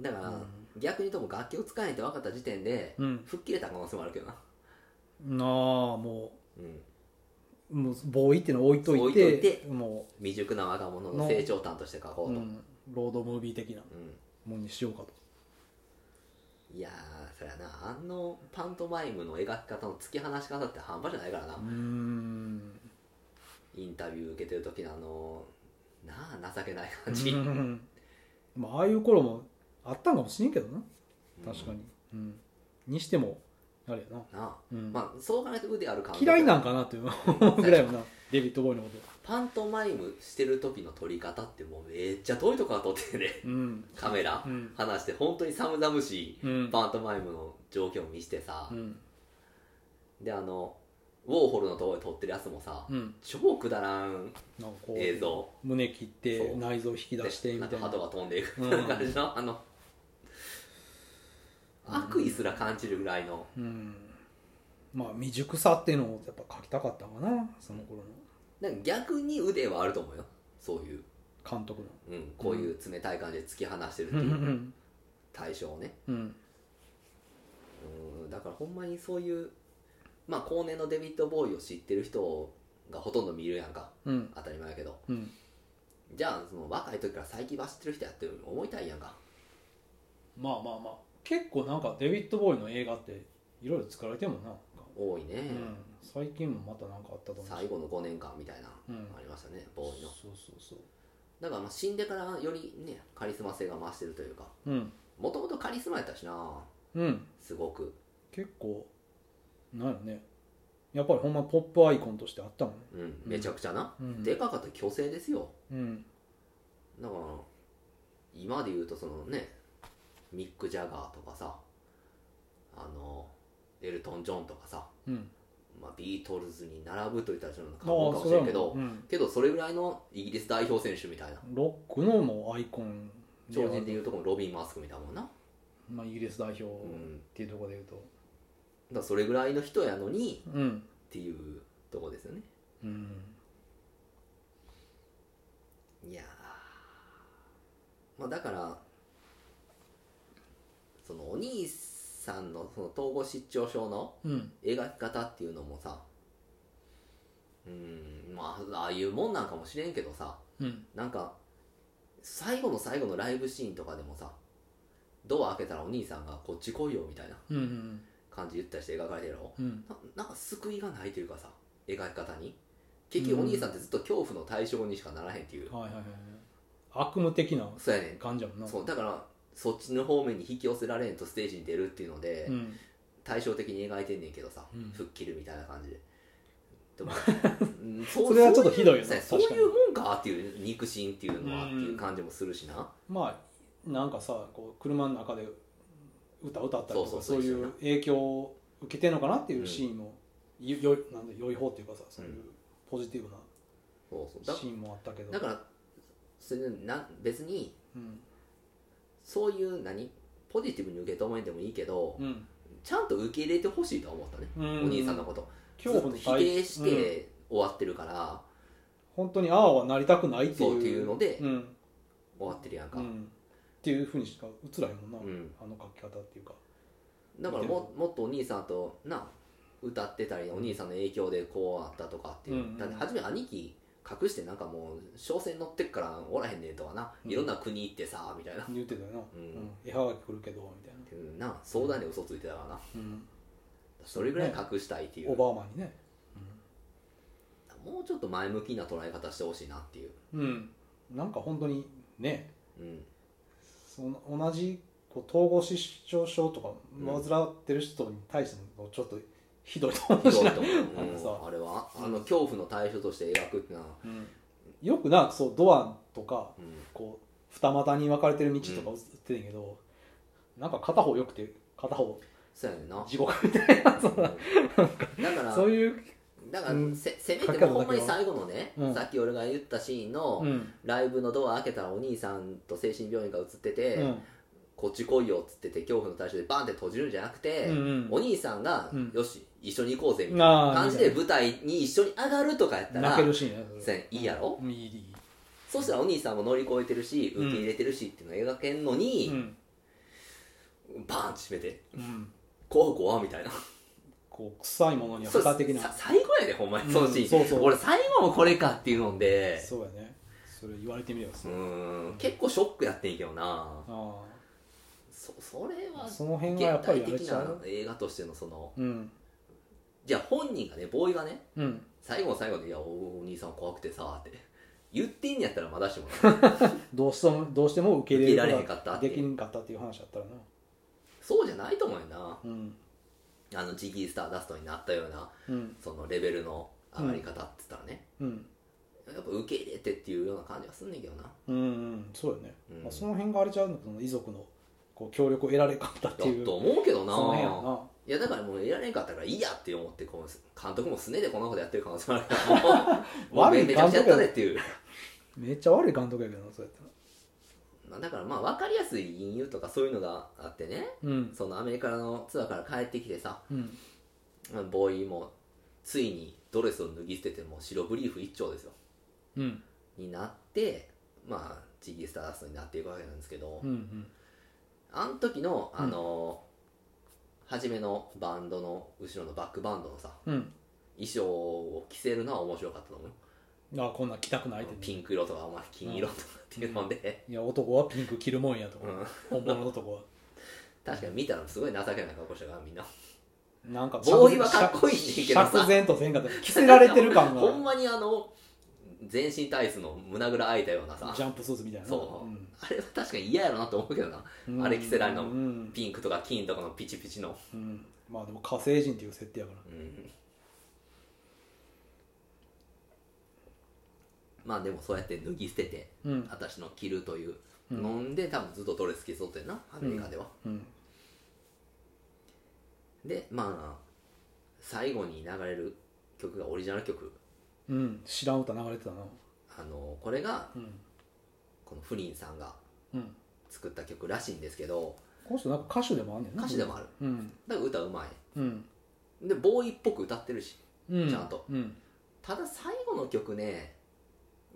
だから、
うん
逆に言うとも楽器を使えへんって分かった時点で、
うん
吹っ切れた可能性もあるけどな、
なあも
うん、
うもうボーイっていうの置いといて
置いといて
も
未熟な若者の
の
成長端として書こう
う、う
と、
ん、ロードムービー的な
う
もんにしようかと
んいやーそりゃなあのパントマイムの描き方の突き放し方って半端じゃないからな、
うーん
インタビュー受けてる時のあのなあ情けない感じ、
うんまあああいう頃もあったんかもしれんけどな確かに、うんにしてもあれやな、
なあ
うん
まあそう考えて腕ある感
嫌いなんかなっていう思うぐらいもなデビッド・ボーイのこ
パントマイムしてる時の撮り方ってもうめっちゃ遠いとこから撮ってる
(laughs)
ね
とうん
カメラ
うん
離して本当に寒々しい
うん
パントマイムの状況を見してさ、
うん
であのウォーホルのとこで撮ってるやつもさ、
うん
超くだらん
なんかこう
映像
胸切っ
そ
て
う
内臓引き
で
出してみたい
ん
な
か鳩が飛んでいくみたいな感じの、あの悪意すら感じるぐらいの
うんまあ未熟さっていうのをやっぱ書きたかったのかなその頃の
なんか逆に腕はあると思うよそういう、
監督の
うん、こういう冷たい感じで突き放してるって
うんう
いうん対象をね
うんうん
うんだからほんまにそういうまあ後年のデビッド・ボーイを知ってる人がほとんど見るやんか
うん
当たり前やけど
うん
じゃあその若い時から最近走ってる人やってる思いたいやんか
まあまあまあ結構なんかデビッド・ボーイの映画っていろいろ作られてるもんななんか
多いね、
うん、最近もまたなんかあったと思うし
最後の5年間みたいな、
うん
ありましたねボーイの
そうそうそう
だからまあ死んでからよりねカリスマ性が増してるというか
うん
もともとカリスマやったしな
うん
すごく
結構なんやねやっぱりほんまポップアイコンとしてあったもんね
うんめちゃくちゃな、
うん
でかかった虚勢ですよ
うん
だから今で言うとそのねミック・ジャガーとかさあのエルトン・ジョンとかさ、
うん
まあ、ビートルズに並ぶといったらちょっと過言か
ああ
も
そ
し
れ
れ
は
ん
も
けど、
ううん
けどそれぐらいのイギリス代表選手みたいな
ロックのもうアイコンで
超
は
人でいうとこのロビン・マスクみたいなもんな、だか
まあ、イギリス代表っ
ん
ていうところでいうと
らそれぐらいの人やのに
うん
っていうとこですよね
うん
いやーまあだからそのお兄さんのその統合失調症の
うん
描き方っていうのもさうーんまあああいうもんなんかもしれんけどさ
うん
なんか最後の最後のライブシーンとかでもさドア開けたらお兄さんが「こっち来いよ」みたいな
うんうん
感じ言ったりして描かれてるやろ
うん
ななんか救いがないというかさ描き方に結局お兄さんってずっと恐怖の対象にしかならへんっていう、
はいはいはい悪夢的な
そうやねん
感じやもんな
そうだからそっちの方面に引き寄せられんとステージに出るっていうので、
うん
対照的に描いてんねんけどさ、
うん
吹っ切るみたいな感じで。で
(laughs)
もうんそ
それはちょっとひどいよな
そういうそうい
確か
うもんかっていう肉親っていうのはっ
う
て
ん
いう感じもするしな、
まあなんかさこう車の中で歌歌ったりとか
そ
そうう
そうそう一緒
い
や
う
な
影響を受けてんのかなっていううんシーンも、よよいなんだ良い方っていうかさそういううんポジティブな
そうそう
シーンもあったけど
だだからそれな別に
うん
そういう何ポジティブに受け止めてもいいけど、
うん、
ちゃんと受け入れてほしいとは思ったね、
うん
お兄さんのことずっ
恐怖
と
の
否
対
定し
うん
て終わってるから、
本当にああはなりたくないってい
そううっていうので
うん
終わってるやんか、
うんっていうふうにしか映らへんもんな、
うん
あの書き方っていうか
だからももっとお兄さんとな歌ってたりお兄さんの影響でこうあったとかっていう、
うんうん
だって初め兄貴隠してなんかもう商船乗ってっからおらへんねんとかな、
うん
いろんな国行ってさみたいな、
言ってたよな、
うん
絵はがき来るけどみたいな、
うんな相談で嘘ついてたからな
うん
それぐらい隠したいっていう、
オバーマンにね
もうちょっと前向きな捉え方してほしいなっていう、
うんなんか本当にね
うん、
その同じこう統合失調症とか
うん
患ってる人に対してもちょっとひどいと思
ひ
う
ど
し
い
な
と思う、
(laughs) あのさ
うんあれはあの恐怖の対象として描くっていうのは、
うんよくなそうドアとか
うん
こう二股に分かれてる道とか映ってるけど、なんか片方良くて片方
そうやねんな
地獄みたい (laughs) なそんな
だから
そういう、
だから
うん
せせめ
書き
て
方
もほんまに
だけは
最後のね、
うん
さっき俺が言ったシーンの、
うん
ライブのドア開けたらお兄さんと精神病院が映ってて、
うん
こっち来いよっつってて恐怖の対象でバンって閉じるんじゃなくて、
うんうん
お兄さんが、
うん
よし一緒に行こうぜみたいな感じで
あー
舞台に一緒に上がるとかやったら
泣けるシーンやそれ
せんいいやろ、
うんいいいい
そうしたらお兄さんも乗り越えてるし
うん
受け入れてるしっていうのを描けんのに
う、ん、
バンって閉めて
うん、
「怖怖みたいな
こう臭いものには
そう
蓋的な
さ最後やでほんま
う
に
ん
そのシーン、
そうそう
俺最後もこれかっていうので
そうやねそれ言われてみれば
う
そう、
ーん結構ショックやってんけどな
あ
そそれは
あその辺はやっぱりや
現代
れ
的
ちゃ
な
う
映画としてのその
うん
じゃあ本人がねボーイがね
うん
最後の最後で「いやおお兄さん怖くてさ」って言ってんやったらまだしも
(laughs) どうしてもどうしても受け
受け入れ
入れる
られへんかったってい
で
う
きんかったっていう話だったらな
そうじゃないと思うよな
うん
あのジギー・スターダストになったような
うん
そのレベルの上がり方って言ったらね、
うん
やっぱ受け入れてっていうような感じはすんねんけどな
うんうんそうよね、
うん
まあ、その辺があれちゃうのかな遺族のこう協力を得られなかったってい
だ
う
と思うけどな
その辺やない
やだからもうやられんかったからいいやって思ってこう監督もすねでこんなことやってる可能性もあるか
(laughs)
らもう
悪い
めちゃくちゃやったねっていう
めっちゃ悪い監督やけどなそうやったら
まあだからまあ分かりやすい隠誘とかそういうのがあってね
うん
そのアメリカのツアーから帰ってきてさ
うん
ボーイもついにドレスを脱ぎ捨ててもう白ブリーフ一丁ですよ
うん
になってまあジギー・スターダストになっていくわけなんですけど、
うんうん
あの時のあの、初めのバンドの後ろのバックバンドのさ
うん
衣装を着せるのは面白かったと思うよ
あこんなん着たくないって、
ピンク色とかお前金色とかっていうので、
いや男はピンク着るもんやと、
うん
本物の男は
確かに見たらすごい情けない格好したからみんな
なんか
ボーイはかっこいいねんけどさ
釈然とせんかった着せられてる感
(laughs)
が
ほんまにあの全身タイツの胸ぐら開いたようなさ
ジャンプスーツみたいな
そう、
ん
あれは確かに嫌やろなと思うけどな、
うん
あれ着せられる
う
の
ん、
ピンクとか金とかのピチピチの、
うん、まあでも火星人っていう設定やから
うんまあでもそうやって脱ぎ捨てて
うん、
私の着るという、
うん
飲んで多分ずっとドレス着そうってんなアメリカでは、
うん、
でまあ最後に流れる曲がオリジナル曲
うん、知らん歌流れてたな
あのこれが
うん
このフリンさんが
うん
作った曲らしいんですけど
この人なんか歌手でもあんねんな
歌手でもある
うん
だから歌うま
うん
いでボーイっぽく歌ってるし
うん
ちゃんと
うん
ただ最後の曲ね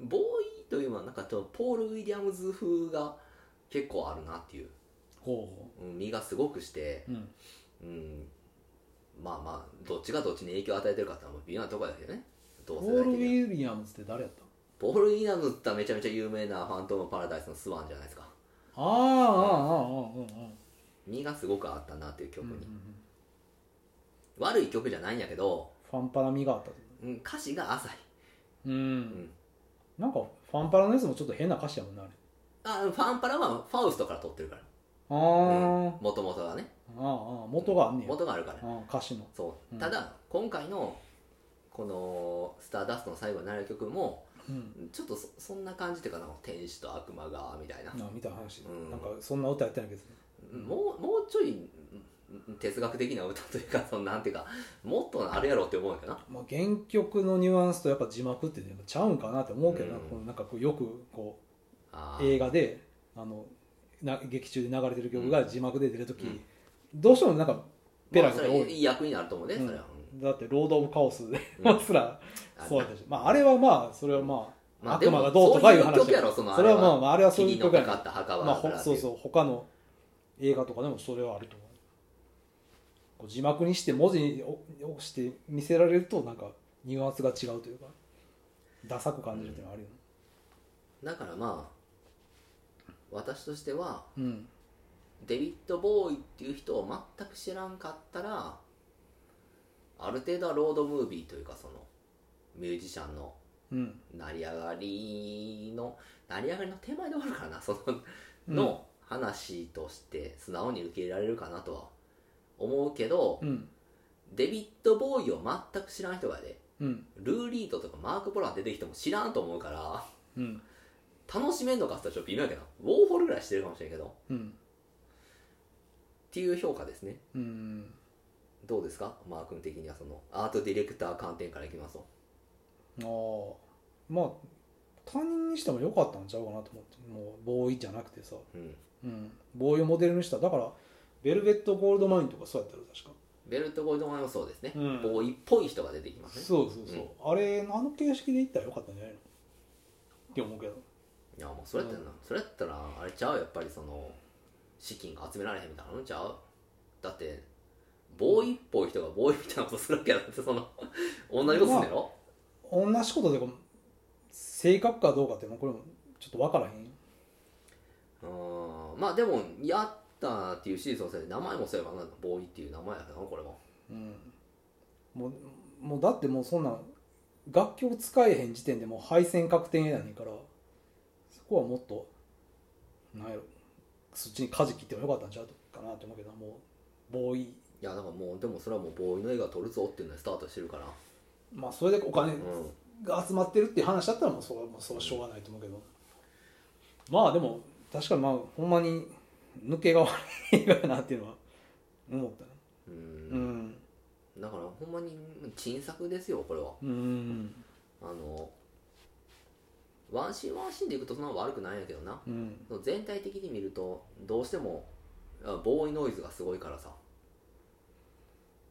ボーイというのはなんかちょっとポール・ウィリアムズ風が結構あるなっていう
ほ
うん身がすごくして
ううん
うんまあまあどっちがどっちに影響を与えてるかってのはもう微妙なところだけどねどう
ポ
せだ
ー
け
ル・ウ
で
ィリアムズって誰やった
ポール・ウィリアムズってめちゃめちゃ有名な「ファントム・パラダイス」のスワンじゃないですか
ああああああうんうん
身がすごくあったなっていう曲
うんう
に、
ん
悪い曲じゃないんやけど、
ファンパラ味があった
うん、歌詞が浅い
うん、
ん
なんかファンパラのやつもちょっと変な歌詞やもんなあれ
あファンパラはファウストから取ってるから
あ
も
ー、
ともとがね
ああああ元があんねや、
元があるから
ああ歌詞の
そう
うん
ただ今回のこの「スターダストの最後になる曲も
うん
ちょっとそそんな感じっていうかな天使と悪魔がみたいな
なみたいな話、
うん
なんかそんな歌やってないけど
もうもうちょいうん哲学的な歌というかそのなんていうかもっとあるやろうって思うんやけどな
まあ、原曲のニュアンスとやっぱ字幕ってやっぱちゃうんかなって思うけど
う
な,、
ん
このなんかこうよくこ
あ
う
ー
映画であのな劇中で流れてる曲
う
が
ん
字幕で出るとき、
うん
どうしてもなんかペ
ま
ラ
あ
ペ
そ
ラ
れ
多
い
い、
い役になると思うね
うん
それは、
だって「ロード・オブ・カオス」
うん
(laughs) すら
うん
そうやったし、まあ、あれはまあそれはまあ、
まあ
悪魔がどうとかいう
そうい
話
う曲やろその
それはまあまああれはそうい
霧
う
の
曲
か
や
か
か
った墓
ら
場
まあ
だか
ほ
らって
そ
いう
そう他の映画とかでもそれはあると思うこう字幕にして文字に押して見せられるとなんかニュアンスが違うというかダサく感じるっていうのはあるよね
だからまあ私としては
うん
デビッド・ボーイっていう人を全く知らんかったらある程度はロードムービーというかそのミュージシャンの
うん
成り上がりの成り上がりの手前で終わるからなその,、の話として素直に受け入れられるかなとは思うけど、
うん
デビッド・ボーイを全く知らん人がで
うん
ルー・リードとかマーク・ボラン出てきても知らんと思うから
うん
楽しめんのかって言ったらちょっと微妙やけどなウォーホルぐらいしてるかもしれんけどっ
うん
ていう評価ですね
うん
どうですかマー君的にはそのアートディレクター観点からいきますと
ああまあ他人にしても良かったんちゃうかなと思ってもうボーイじゃなくてさ
うん
うんボーイをモデルにしただからベルベット・ゴールド・マインとかそうやったら確か
ベルト・ゴイドマンもそうですね、
うん
ボーイっぽい人が出てきますね
そうそうそう、あれあの形式でいったらよかったんじゃないのって思うけど
いやもうそれやったらな、それやったらあれちゃうやっぱりその資金が集められへんみたいなのちゃうだってボーイっぽい人がボーイみたいなことするわけだってその (laughs) 同じことすんのやろ、
同じことでこう正確かどうかってもうこれもちょっと分からへんよ
うーんまあでもやったっていうシーズンのせいで名前もそうやからなボーイっていう名前やからなこれも
うんもうもうだってもうそんなん楽器を使えへん時点でもう敗戦確定やねんからそこはもっとなんやろそっちに舵切ってもよかったんちゃうかなって思うけどもうボーイ
いやだからもうでもそれはもうボーイの映画撮るぞっていうのでスタートしてるから
まあそれでお金
うん
が集まってるっていう話だったらもうそれはもうそうしょうがないと思うけど、まあでも確かにまあほんまに抜けが悪い映画やなっていうのは思ったね
うん
うん
だからほんまに珍作ですよこれは
うん
あのワンシーンワンシーンでいくとそんな悪くないんやけどな
うん
その全体的に見るとどうしてもあボーイノイズがすごいからさ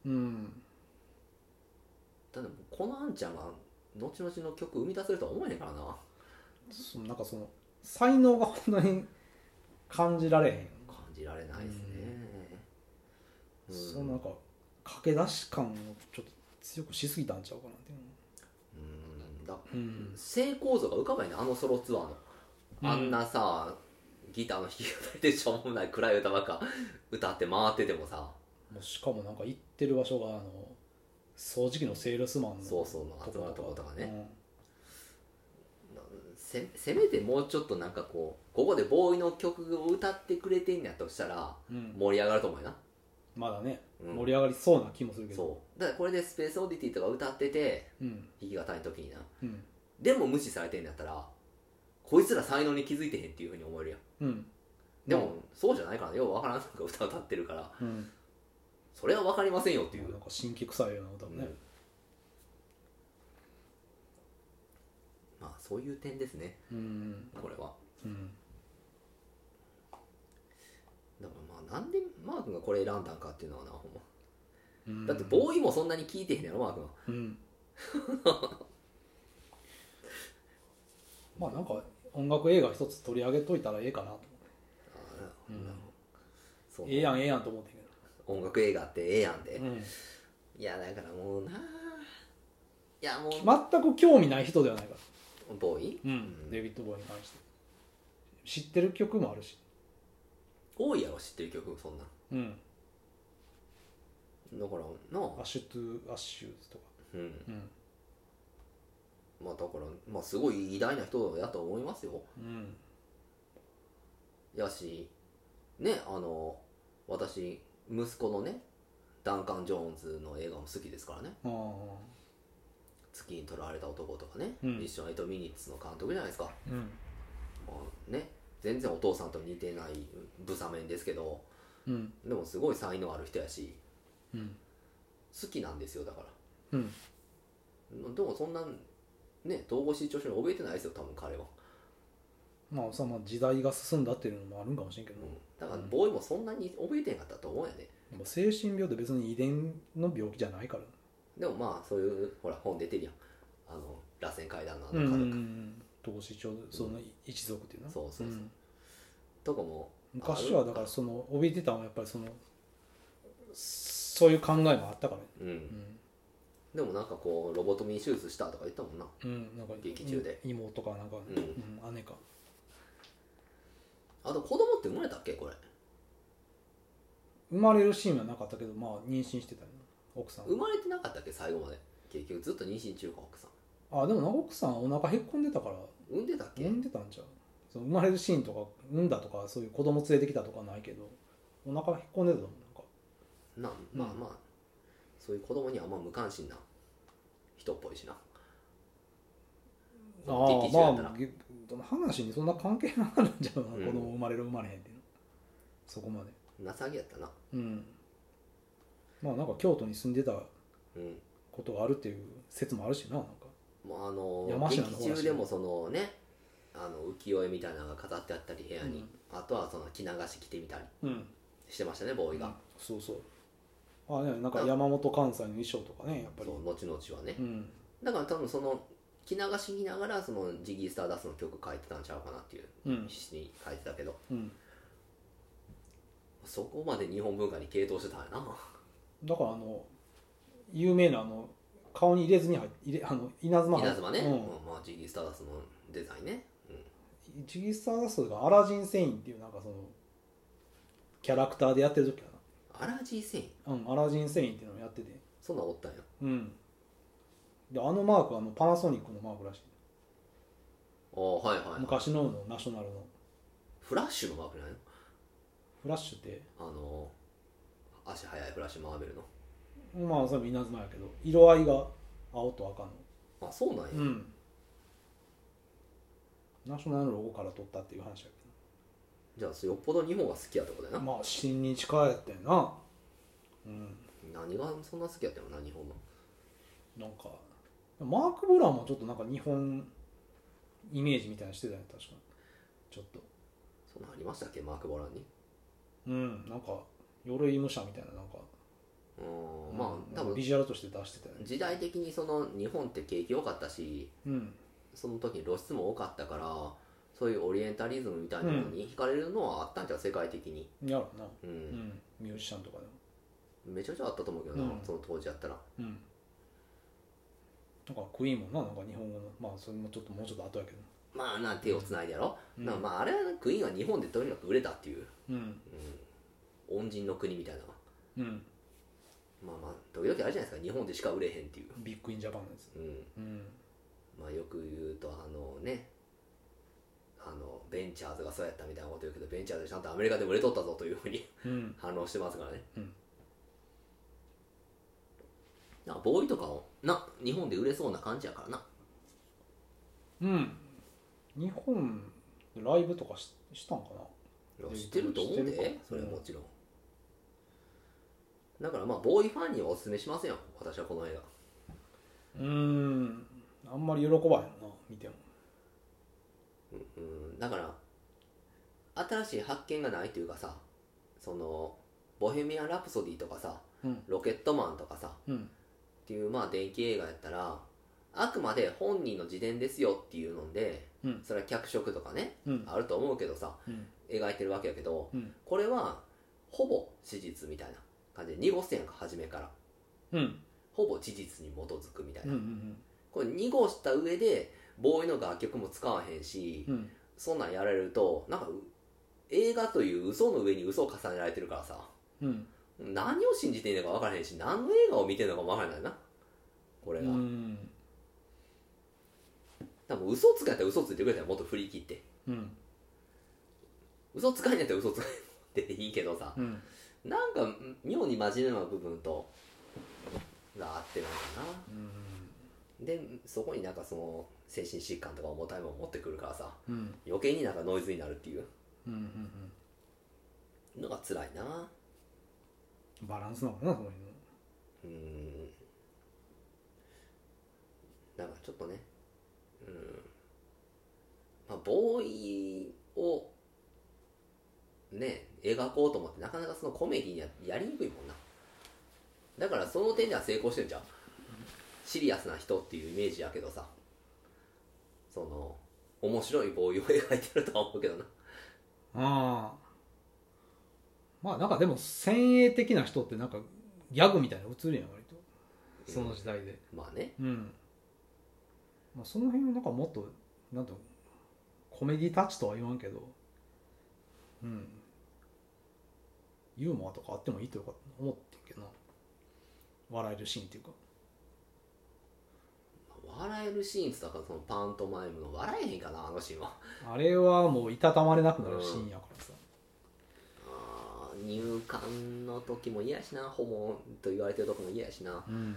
うん
だってもうこのあんちゃんが後々の曲生み出せるとは思えへんからな
そのなんかその才能が本当に感じられへん、
感じられないですね、うん
そのなんか駆け出し感をちょっと強くしすぎたんちゃうかなっていう
うんだ
の
成功像が浮かばないねあのソロツアーの、
うん
あんなさギターの弾き語りでしょうもない暗い歌ばっか歌って回っててもさ
もうしかもなんか行ってる場所があの掃除機のセールスマンの
そうそう
と
集まるとことかね、
うん
せせめてもうちょっとなんかこうここでボーイの曲を歌ってくれてんやとしたら
うん
盛り上がると思うよな、
まだね、
うん
盛り上がりそうな気もするけど
そうだからこれで「スペースオディティ」とか歌ってて
うん
弾き語りの時にな
うん
でも無視されてんだったらこいつら才能に気づいてへんっていうふうに思えるやん
うん
でも、そうじゃないからようわからんなんか歌歌ってるから
うんうん
それはわかりませんよっていう、
なんか新規臭いような歌もね、
まあそういう点ですね
うん
これは
うん
だからまあなんでマー君がこれ選んだんかっていうのはなほんま
うん
だってボーイもそんなに聞いてへんやろマー君は (laughs)
うん、まあなんか音楽映画一つ取り上げといたらええかなと思
ああ
うん
そう
ってええやんええやんと思ってんけ
音楽映画ってええやんで、
ど、うん
いやだからもうなあいやもう、
全く興味ない人ではないから、
ボーイ、
デイビッド・ボーイに関して知ってる曲もあるし、
多いやろ知ってる曲そんな
うん、
だからな
アッシュ・トゥ・アッシューズとか、
うん
うん
まあだからまあすごい偉大な人だと思いますよ
うん、
やしねあの私息子のねダンカン・ジョーンズの映画も好きですからね
ああ
「月にとらわれた男」とかね「
うん
ミッション8ミニッツ」の監督じゃないですか、
うん
まあね全然お父さんと似てないブサメンですけど
うん
でもすごい才能ある人やし
うん
好きなんですよだから
うん
でもそんなね統合失調症に怯えてないですよ多分彼は、
まあさまあ時代が進んだっていうのもあるんかもしれんけ
う
ど、
ん、だからボーイもそんなに怯えてへんかったと思うんやね
もう精神病って別に遺伝の病気じゃないから
でもまあそういうほら本出てるやんあの螺旋階段のあ
う
の家
んう
族、
ん投資町その一族っていうのは
そうそうそう、
ん
とかも
昔はだからその怯えてたのはやっぱりそのそういう考えもあったからね
うんでもなんかこうロボトミー手術したとか言ったもんな
うん、うん、なんか
劇中で
妹かなんか、
うん
うん姉か
あと子供って生まれたっけこれ
生まれるシーンはなかったけどまあ妊娠してたよね奥さん
生まれてなかったっけ最後まで結局ずっと妊娠中か奥さん
あでもな奥さんお腹へっこんでたから
産んでたっけ、
産んでたんちゃうその生まれるシーンとか産んだとかそういう子供連れてきたとかないけどお腹へっこんでたと思うなんか
なまあまあ、そういう子供にはあんま無関心な人っぽいしな
あ
劇中やったら
あまあぎ話にそんな関係なかったんじゃうな、
うん
子供生まれる生まれへんっていうのそこまで
情けやったな
うんまあなんか京都に住んでた
うん
ことがあるっていう説もあるしななんか
もうあの
山科の方らしい
劇中でもそのねあの浮世絵みたいなのが飾ってあったり部屋に、あとはその着流し着てみたり
うん
してましたねボーイが、
そうそうあねなんか山本関西の衣装とかねやっぱり
そう後々はね
うん
だから多分その着流し着ながらそのジギー・スターダストの曲書いてたんちゃうかなっていう
うん
必死に書いてたけど
うん
そこまで日本文化に傾倒してたんやな
だからあの有名なあの顔に入れずに入っ入れあの稲妻入っ
稲妻ね、
うん
まあまあ、ジギー・スターダストのデザインね、
ジギスターダストがアラジン・セインっていうなんかそのキャラクターでやってる時か
アラジー・セイン
な、うん、アラジン・セインっていうのをやってて
そんなんおったんや
うんであのマークはあのパナソニックのマークらしい
ああはいはい、はい、
昔ののナショナルの
フラッシュのマークじゃない
フラッシュって
のあの足速いフラッシュマーベルの
まあそれも稲妻やけど色合いが青と赤の
あそうなんや、
うんナショナルのロゴから取ったっていう話やけ
じゃあよっぽど日本が好きやってことや
ど
な、
まあ新日帰ってんなうん
何がそんな好きやったのな日本の
なんかマーク・ブラウンもちょっとなんか日本イメージみたいなのしてたよね確かにちょっと
そんなんありましたっけマーク・ボランに
うんなんか鎧武者みたいななんか
ううんまあ多
ビ
分
ジュアルとして出してたよね
時代的にその日本って景気良かったし
うん
その時に露出も多かったからそういうオリエンタリズムみたいなのに惹かれるのはあったんじゃう世界的に、
やろうな
うん
うんミュージシャンとかでも
めちゃくちゃあったと思うけどな、
うん
その当時やったら
うんなんかクイーンもななんか日本語のまあそれもちょっともうちょっと後やけど
まあなん手をつないでやろ、
うん
なまああれはクイーンは日本でとにかく売れたっていう、
うん
うん、恩人の国みたいな
うん
まあまあ時々あるじゃないですか日本でしか売れへんっていう、
ビッグインジャパンのやつ
うん、
うん
まあよく言うとあのねあのベンチャーズがそうやったみたいなこと言うけどベンチャーズちゃんとアメリカでも売れとったぞというふうに
うん
反論してますからね、
うん
なボーイとかもな日本で売れそうな感じやからな
うん日本でライブとかししたんかない
や知ってると思う
知ってる
で
か
それはもちろんだからまあボーイファンにはおすすめしませんよ私はこの映画
うーんあんまり喜ばへんな見ても
うんだから新しい発見がないというかさそのボヘミアン・ラプソディとかさ
うん
ロケットマンとかさ
うん
っていうまあ電気映画やったらあくまで本人の自伝ですよっていうので、
うん
それは脚色とかね
うん
あると思うけどさ
うん
描いてるわけやけど
うん
これはほぼ史実みたいな感じで濁してんやんか初めから
うん
ほぼ事実に基づくみたい
うんう
な、
ん
これ濁した上でボーイの楽曲も使わへんし、
うん
そんなんやられるとなんかう映画という嘘の上に嘘を重ねられてるからさ
うん
何を信じていいのか分からへんし何の映画を見てるのかも分からないなこれ
う
が、
ん
多分嘘つかやったら嘘ついてくれたらもっと振り切って
うん
嘘つかへんやったら嘘つかへんっていいけどさ
うん
なんかん妙に真面目な部分とがあってなんかなでそこになんかその精神疾患とか重たいものを持ってくるからさ
うん
余計になんかノイズになるっていう
うんうん
のが辛いな
バランスなのかなその辺の
うーんなんかちょっとねうんまあボーイをね描こうと思ってなかなかそのコメディにはやりにくいもんなだからその点では成功してるじゃんシリアスな人っていうイメージやけどさその面白いボーイを描いてるとは思うけどな
ああまあなんかでも先鋭的な人ってなんかギャグみたいなの映るやん割とその時代で
まあね
うん、まあ、その辺はなんかもっとなんとコメディタッチとは言わんけどうんユーモアとかあってもいいとよか思ってんけどな笑えるシーンっていうか
笑えるシーンっつったらそのパントマイムの笑えへんかなあのシーンは
あれはもういたたまれなくなるシーンやからさ、
あー入管の時も嫌やしなホモと言われてるとこも嫌やしな
うん、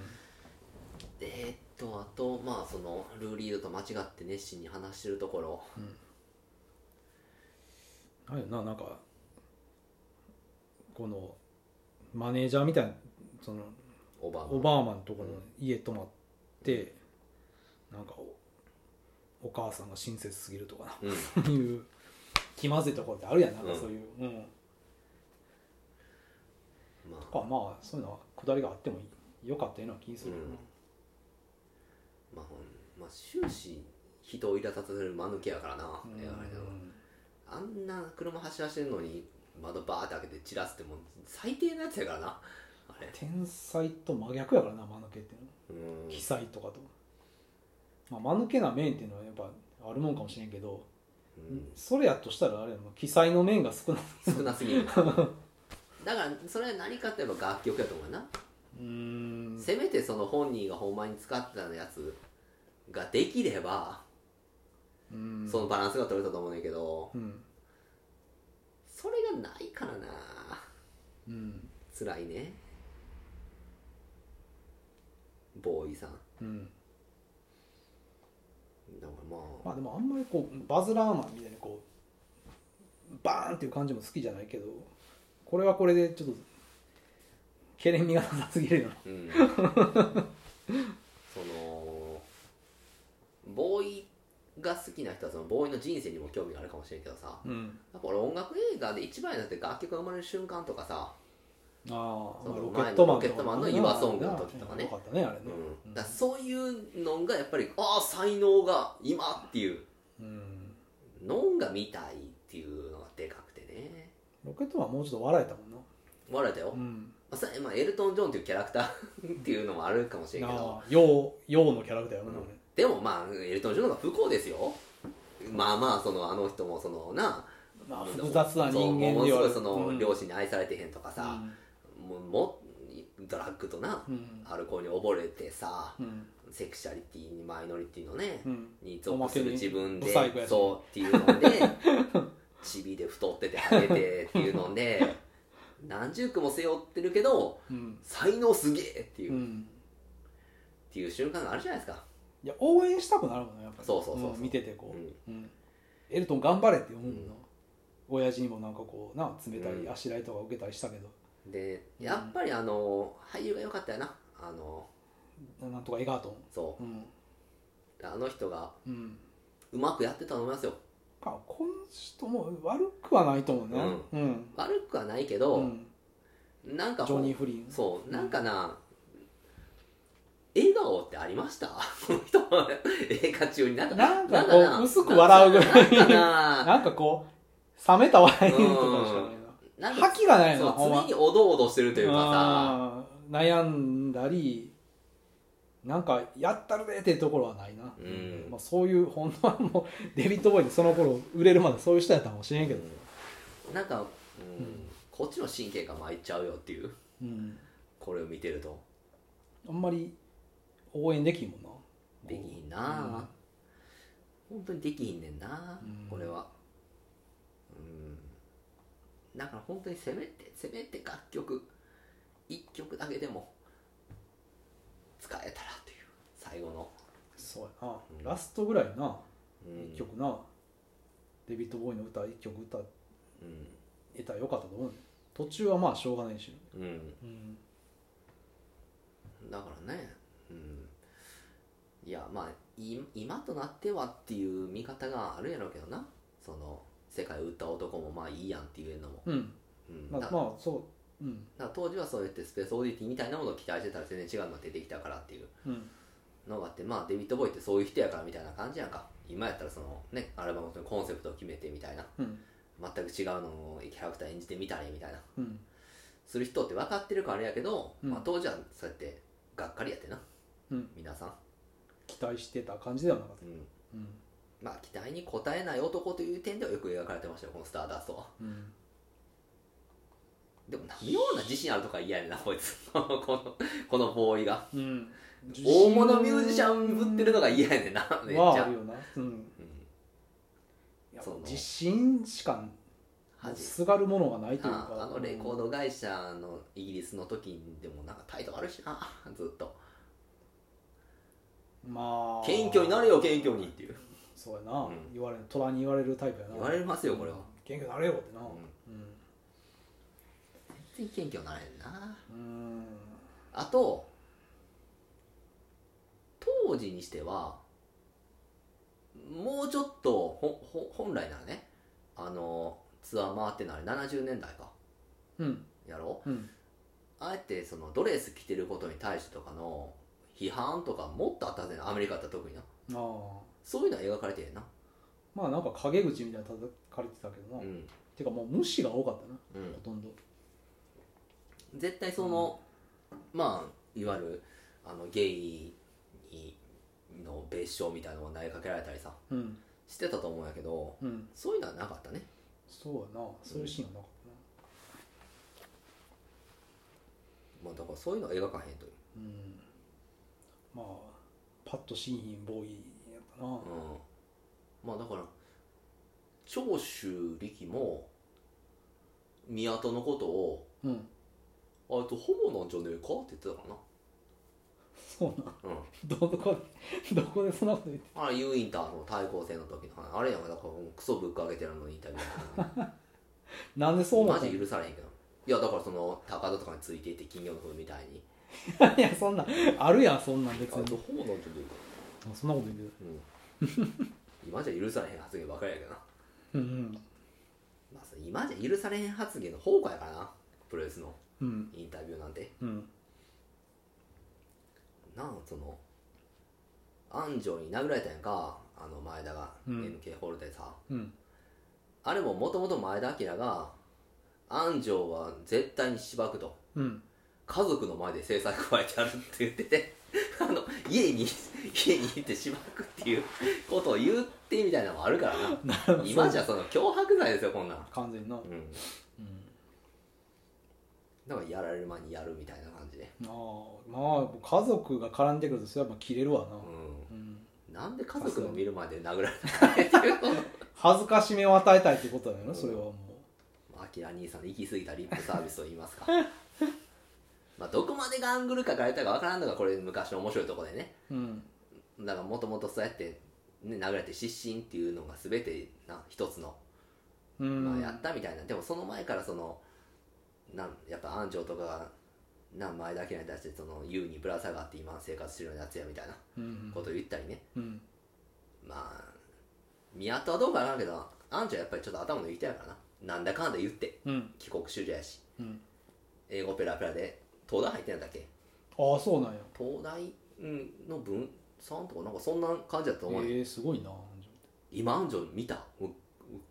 えーっとあとまあそのルーリードと間違って熱心に話してるところ
あれよななんかこのマネージャーみたいなその
オバマ
オバーマンとこの家泊まって、なんかおお母さんが親切すぎるとかな
うん
そういう気まずいところってあるやんなんか
うん
そういう、うん
ま
と
あ
かまあそういうのはくだりがあってもいいよかったような気にするけどな
うんまあ、ほんまあ、終始人を苛立たせる間抜けやからな、
うん
えあれでもあんな車走らしてるのに窓バーって開けて散らすってもう最低なやつやからなあれ
天才と真逆やからな間抜けっていうのは
うん
奇才とかと、まあ、間抜けな面っていうのはやっぱあるもんかもしれんけど、
うん
それやとしたらあれやもう記載の面が少ない (laughs)
少なすぎるだからそれは何かって言えば楽曲やと思うな
うん
せめてその本人がほんまに使ってたやつができれば
うん
そのバランスが取れたと思うねんだけど
うん
それがないからな
うん
辛いねボーイさん
うん
だからまあ
まあでもあんまりこうバズラーマンみたいにこうバーンっていう感じも好きじゃないけどこれはこれでちょっとけれみがなさすぎるよな
うん
(laughs)
そのボーイが好きな人はそのボーイの人生にも興味があるかもしれんけどさ
うん
やっぱ俺音楽映画で一番やなって楽曲が生まれる瞬間とかさ
ああ、
その
まあロケ
前の
ットマン
ロケットマンの岩ソングの時とかね
よかったねあれね
うん、だからそういうのがやっぱりああ才能が今っていう
うん
のんが見たいっていうのがでかくてね
ロケットマンもうちょっと笑えたもんな
笑えたよ、
う
ま
ん
あそれまあ、エルトン・ジョンっていうキャラクター (laughs) っていうのもあるかもしれんけど
ああ陽陽のキャラクターやもんな
うん
俺
でもまあエルトン・ジョンの方が不幸ですよまあまあそのあの人もそのな
まあ複雑な人間
そうもの
ですはあ
ご
る
いその、
うん
両親に愛されてへんとかさ、もうもドラッグとな、
うん
アルコールに溺れてさ、
うん
セクシャリティにマイノリティのね、
うん
に属する自分で
おまけに不細工やし
そうっていうので (laughs) チビで太っててハゲてっていうので (laughs) 何十句も背負ってるけど
うん
才能すげえっていうう、っ
ん
ていう瞬間があるじゃないですか、
いや応援したくなるもんねやっぱり
そうそうそうそうん
見ててこう
う、ん
うんエルトン頑張れって思うもんな、親父にもなんかこうな冷たいあしらいとか受けたりしたけど、
でやっぱりあの俳優が良かったよなあの
なんとかエガート
そ
ンうん
うあの人が
うん
うまくやってたと思いますよ
かこの人も悪くはないと思うねうん、うん
悪くはないけど、なんか
ジ
ほ
ョ
ん
ニー・フリーン
そうなんかな、笑顔ってありました (laughs) この人の映画中になん
(laughs)
か
なんか
なん
こ
か
う
な
薄く笑うぐらい
なんかな
なんかこう冷めた笑いとかしか
な
ない
ん
な
か
覇気がない
そ
な
う
ほんま
常におどおどしてるというかさ
うん悩んだりなんかやったるでっていうところはないな、
うん
まあ、そういう本当はもうデビッド・ボーイにその頃売れるまでそういう人やったかもしれんけど、
なんか、うんこっちの神経が参っちゃうよっていう
うん、
これを見てると
あんまり応援できんもんな
できひんな、本当にできひんねんな、
うん
これはうんだから本当にせめてせめて楽曲一曲だけでも使えたらという最後の、
そうやな、
うん
ラストぐらいな
うん
一曲なデビッド・ボーイの歌一曲歌
う
えたらよかったと思うね途中はまあしょうがないし、
ん、うん
うん
だからね、うん、いやまあい今となってはっていう見方があるやろうけどなその世界を売った男もまあいいやんっていうのも、
うん
うん
まあ
だだか
まあそううん
ら当時はそうやってスペースオーディティみたいなものを期待してたら全然違うのが出てきたからっていう
うん
のがあってまあデビッド・ボーイってそういう人やからみたいな感じやんか今やったらそのねアルバムのコンセプトを決めてみたいな
うん
全く違うのをキャラクター演じてみたりみたいな
うん
する人って分かってるからあれやけど、
うん
まあ、当時はそうやってがっかりやってな、
うん
皆さん、
期待してた感じではなかった、
うん、
うん
まあ、期待に応えない男という点ではよく描かれてましたよこのスターダストは
うん
でもな妙な自信あるとか嫌やねんなこいつ (laughs) このこのボーイが
うん、
大物ミュージシャンぶってるのが嫌やねんなめっち
はあ
ゃ
るよな、うん、
うん
いや
その
自信しか
恥
すがるものがないという
あ
か
あのレコード会社のイギリスの時にでもなんか態度悪いしなずっと
うんまあ
謙虚になれよ謙虚にっていう、
そうやな、
うん
言われる虎に言われるタイプやな
言われますよこれは
うん謙虚になれよってな
うん、
う
全然謙虚になれへんなん
うん
あと当時にしてはもうちょっとほほ本来ならねあのツアー回ってんのあれ70年代か
うん
やろ
うん
あえてそのドレス着てることに対してとかの批判とかもっとあったはずやなアメリカだったら特にな
ああ
そういうのは描かれてへんな
まあなんか陰口みたいなの叩かれてたけどな、
う
て
ん
かもう無視が多かったな
うん
ほとんど
絶対その、まあいわゆるあのゲイにの別称みたいなのを投げかけられたりさ
うん
してたと思うんやけど
うん
そういうのはなかったね
そうやなそういうシーンはなかったな
まあだからそういうのは描かへんという、
うんまあパッとシーンヒンボーイやったな、
うん、まあだから長州力も宮戸のことを
うん、
「あいつホモなんじゃねえか?」って言ってたか
そうな
らな、うん、
どこでど (laughs) こでそんなこと言って
あれ U インターの対抗戦の時の話あれやんかだからもうクソぶっかけてるのにインタビューやから
なん (laughs) でそう思っ
マ
たの
ジ
い
許されへんけどいやだからその高田とかについていて金魚の風みたいに
やそんなんあるやんそんなん別
あいつ
に
ホモなんじゃねえか
あそんなこと言ってる
うん
(laughs)
今じゃ許されへん発言ばっかりやけどな、
うん
まあ、その今じゃ許されへん発言の宝庫やからなプロレスの
うん
インタビューなんて
うん
なんその安城に殴られたやんかあの前田が、
うん
NK ホールでさ
うん
あれももともと前田明が安城は絶対にしばくと
うん
家族の前で制裁加えてやるって言ってて (laughs) あの家に家に行ってしばくっていうことを言ってみたいなのもあるからな今じゃその脅迫罪ですよこんなん
完全にな、
うん
うん
だからやられる前にやるみたいな感じで
まあまあ家族が絡んでくるとそれはまあ切れるわな、
う
うん
んなんで家族の見る前で殴られたかっていうの
恥ずかしめを与えたいってことだよ
う
ね
ん
それはも
アキラ兄さんの行き過ぎたリップサービスと言い
(laughs)
ますかまあどこまでがアングル書かれたかわからんのがこれ昔の面白いとこでね
ううん
だからもともとそうやって、ね、殴られて失神っていうのが全てな一つの、
うん、
まあ、やったみたいな、でもその前からそのなんやっぱ安城とかがな前だけに対してその優にぶら下がって今生活してるようなやつやみたいな
うん
ことを言ったりね、
うん
まあ宮田はどうかわからんけど安城はやっぱりちょっと頭のいい人やからななんだかんだ言って
うん
帰国子女やし
うん
英語ペラペラで東大入ってんだっけ
ああそうなんや
東大うんの分3とかなんかそんな感じだと思うね、
ええすごいな
今安城見たも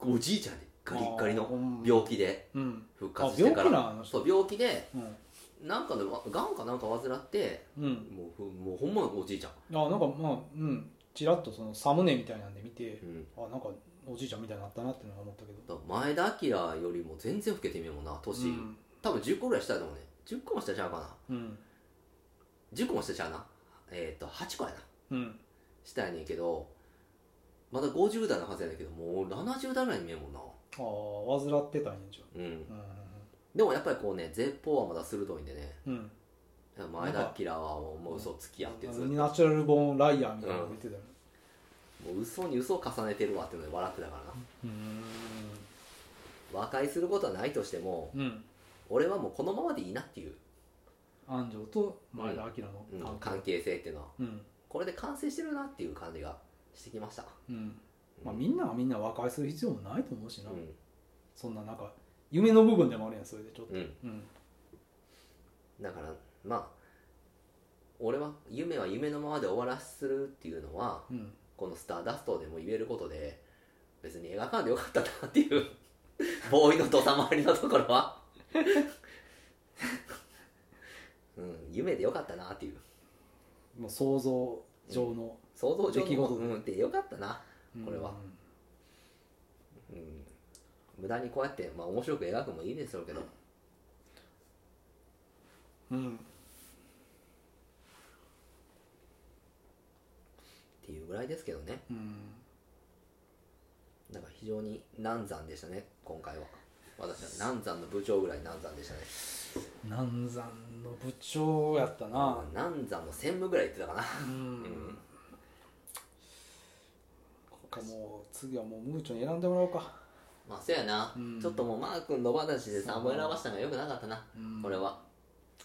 うおじいちゃんでガリッガリ
あーほ
の
んま
病気で
うん
復
あ
活して
病気
か
な
ら
んあの人
そう病気で
うん、
なんかのがんかなんか患って
うん、
もうふもうほんまのおじいちゃん、
あなんかまあうんちらっとそのサムネみたいなんで見て
うん、
あなんかおじいちゃんみたいになったなってのは思ったけ
だ
ど
から前田明よりも全然老けてみるもんな年、
うん
多分10個ぐらい下だと思うね10個も下ちゃうかな
うん
10個も下ちゃうなえっ、と8個やな
うん
下やねんけどまだ50代のはずやねんけどもう70代ぐらいに見えるもんな
ああ患ってたんやじゃ
うん
あ
でもやっぱりこうね絶法はまだ鋭いんでね
うんうん
前田明はもうもう嘘つき合ってずっと
うんナチュラルボーンライアーみたいなの出てたよね
もう嘘に嘘を重ねてるわっていうので笑ってたからな
うん
和解することはないとしても
うん
俺はもうこのままでいいなっていう、
安城と前田明
うん
の
関
関係
係性っていうのは
うん
これで完成してるなっていう感じがしてきました
うんまあみんながみんな和解する必要もないと思うし
う
な、
ん
そんななんか夢の部分でもあるやんそれでちょっと
うん
うん
だからまあ俺は夢は夢のままで終わらせるっていうのは
うん
この「スターダスト」でも言えることで別に描かんでよかったなっていう (laughs) ボーイの土佐回りのところは (laughs) うん夢でよかったなっていう
もう想像上の、
想像上
出来
の
事
うんってよかったな、
うん
これはうん、無駄にこうやって、まあ、面白く描くもいいでしょうけど、
うん
っていうぐらいですけどね
うん
なんか非常に難産でしたね今回は私は難産の部長ぐらい難産でしたね
南山の部長やったな
難産の専務ぐらい言ってたかな
うん、ここもう次はもうムーチョに選んでもらおうか
まあそうやな、
うん
ちょっともうマー君の話で3本選ばしたのがよくなかったな、これは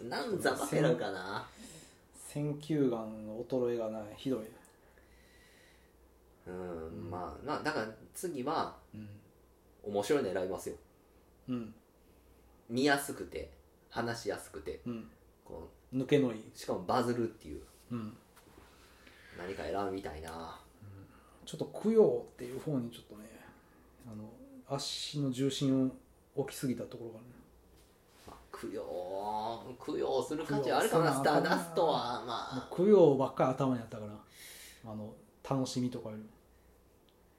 難産ばっかりなんかな
選球眼の衰えがないひどい
うん、まあまあだから次は
うん
面白いの選びますよ
うん
見やすくて話しやすくて
うん
こ
抜けのいいう
しかもバズるっていう
うん
何か選ぶみたいな
ちょっと供養っていう方にちょっとねあの足の重心を置きすぎたところがね
まあ供養供養する価値はあるかなスターダストはま
も
あ
う供養ばっかり頭にあったからあの楽しみとかよりも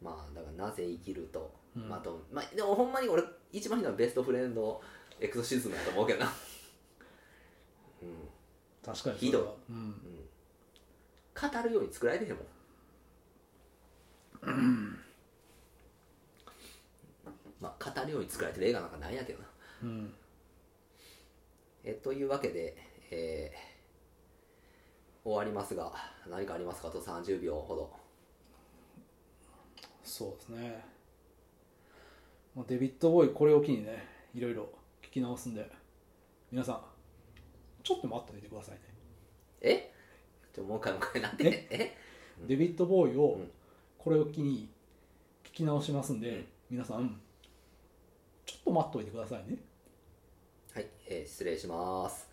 まあだからなぜ生きると、
うん
まあとまあでもほんまに俺一番いいのはベストフレンドエクソシズムだと思うけどなうん
確かに
ひどい
それはうん
語るように作られてへんもんまあ語るように作られてる映画なんかないんやけどな
うん
えというわけで、えー終わりますが何かありますかあと30秒ほど
そうですね、まあ、デビッド・ボーイこれを機にねいろいろ聞き直すんで皆さんちょっと待っておいてくださいね
えちょもう一回もう一回なんでえ
デビッド・ボーイを
うん
これを機に聞き直しますんで、
うん
皆さんちょっと待っておいてくださいね
はい、ええー失礼します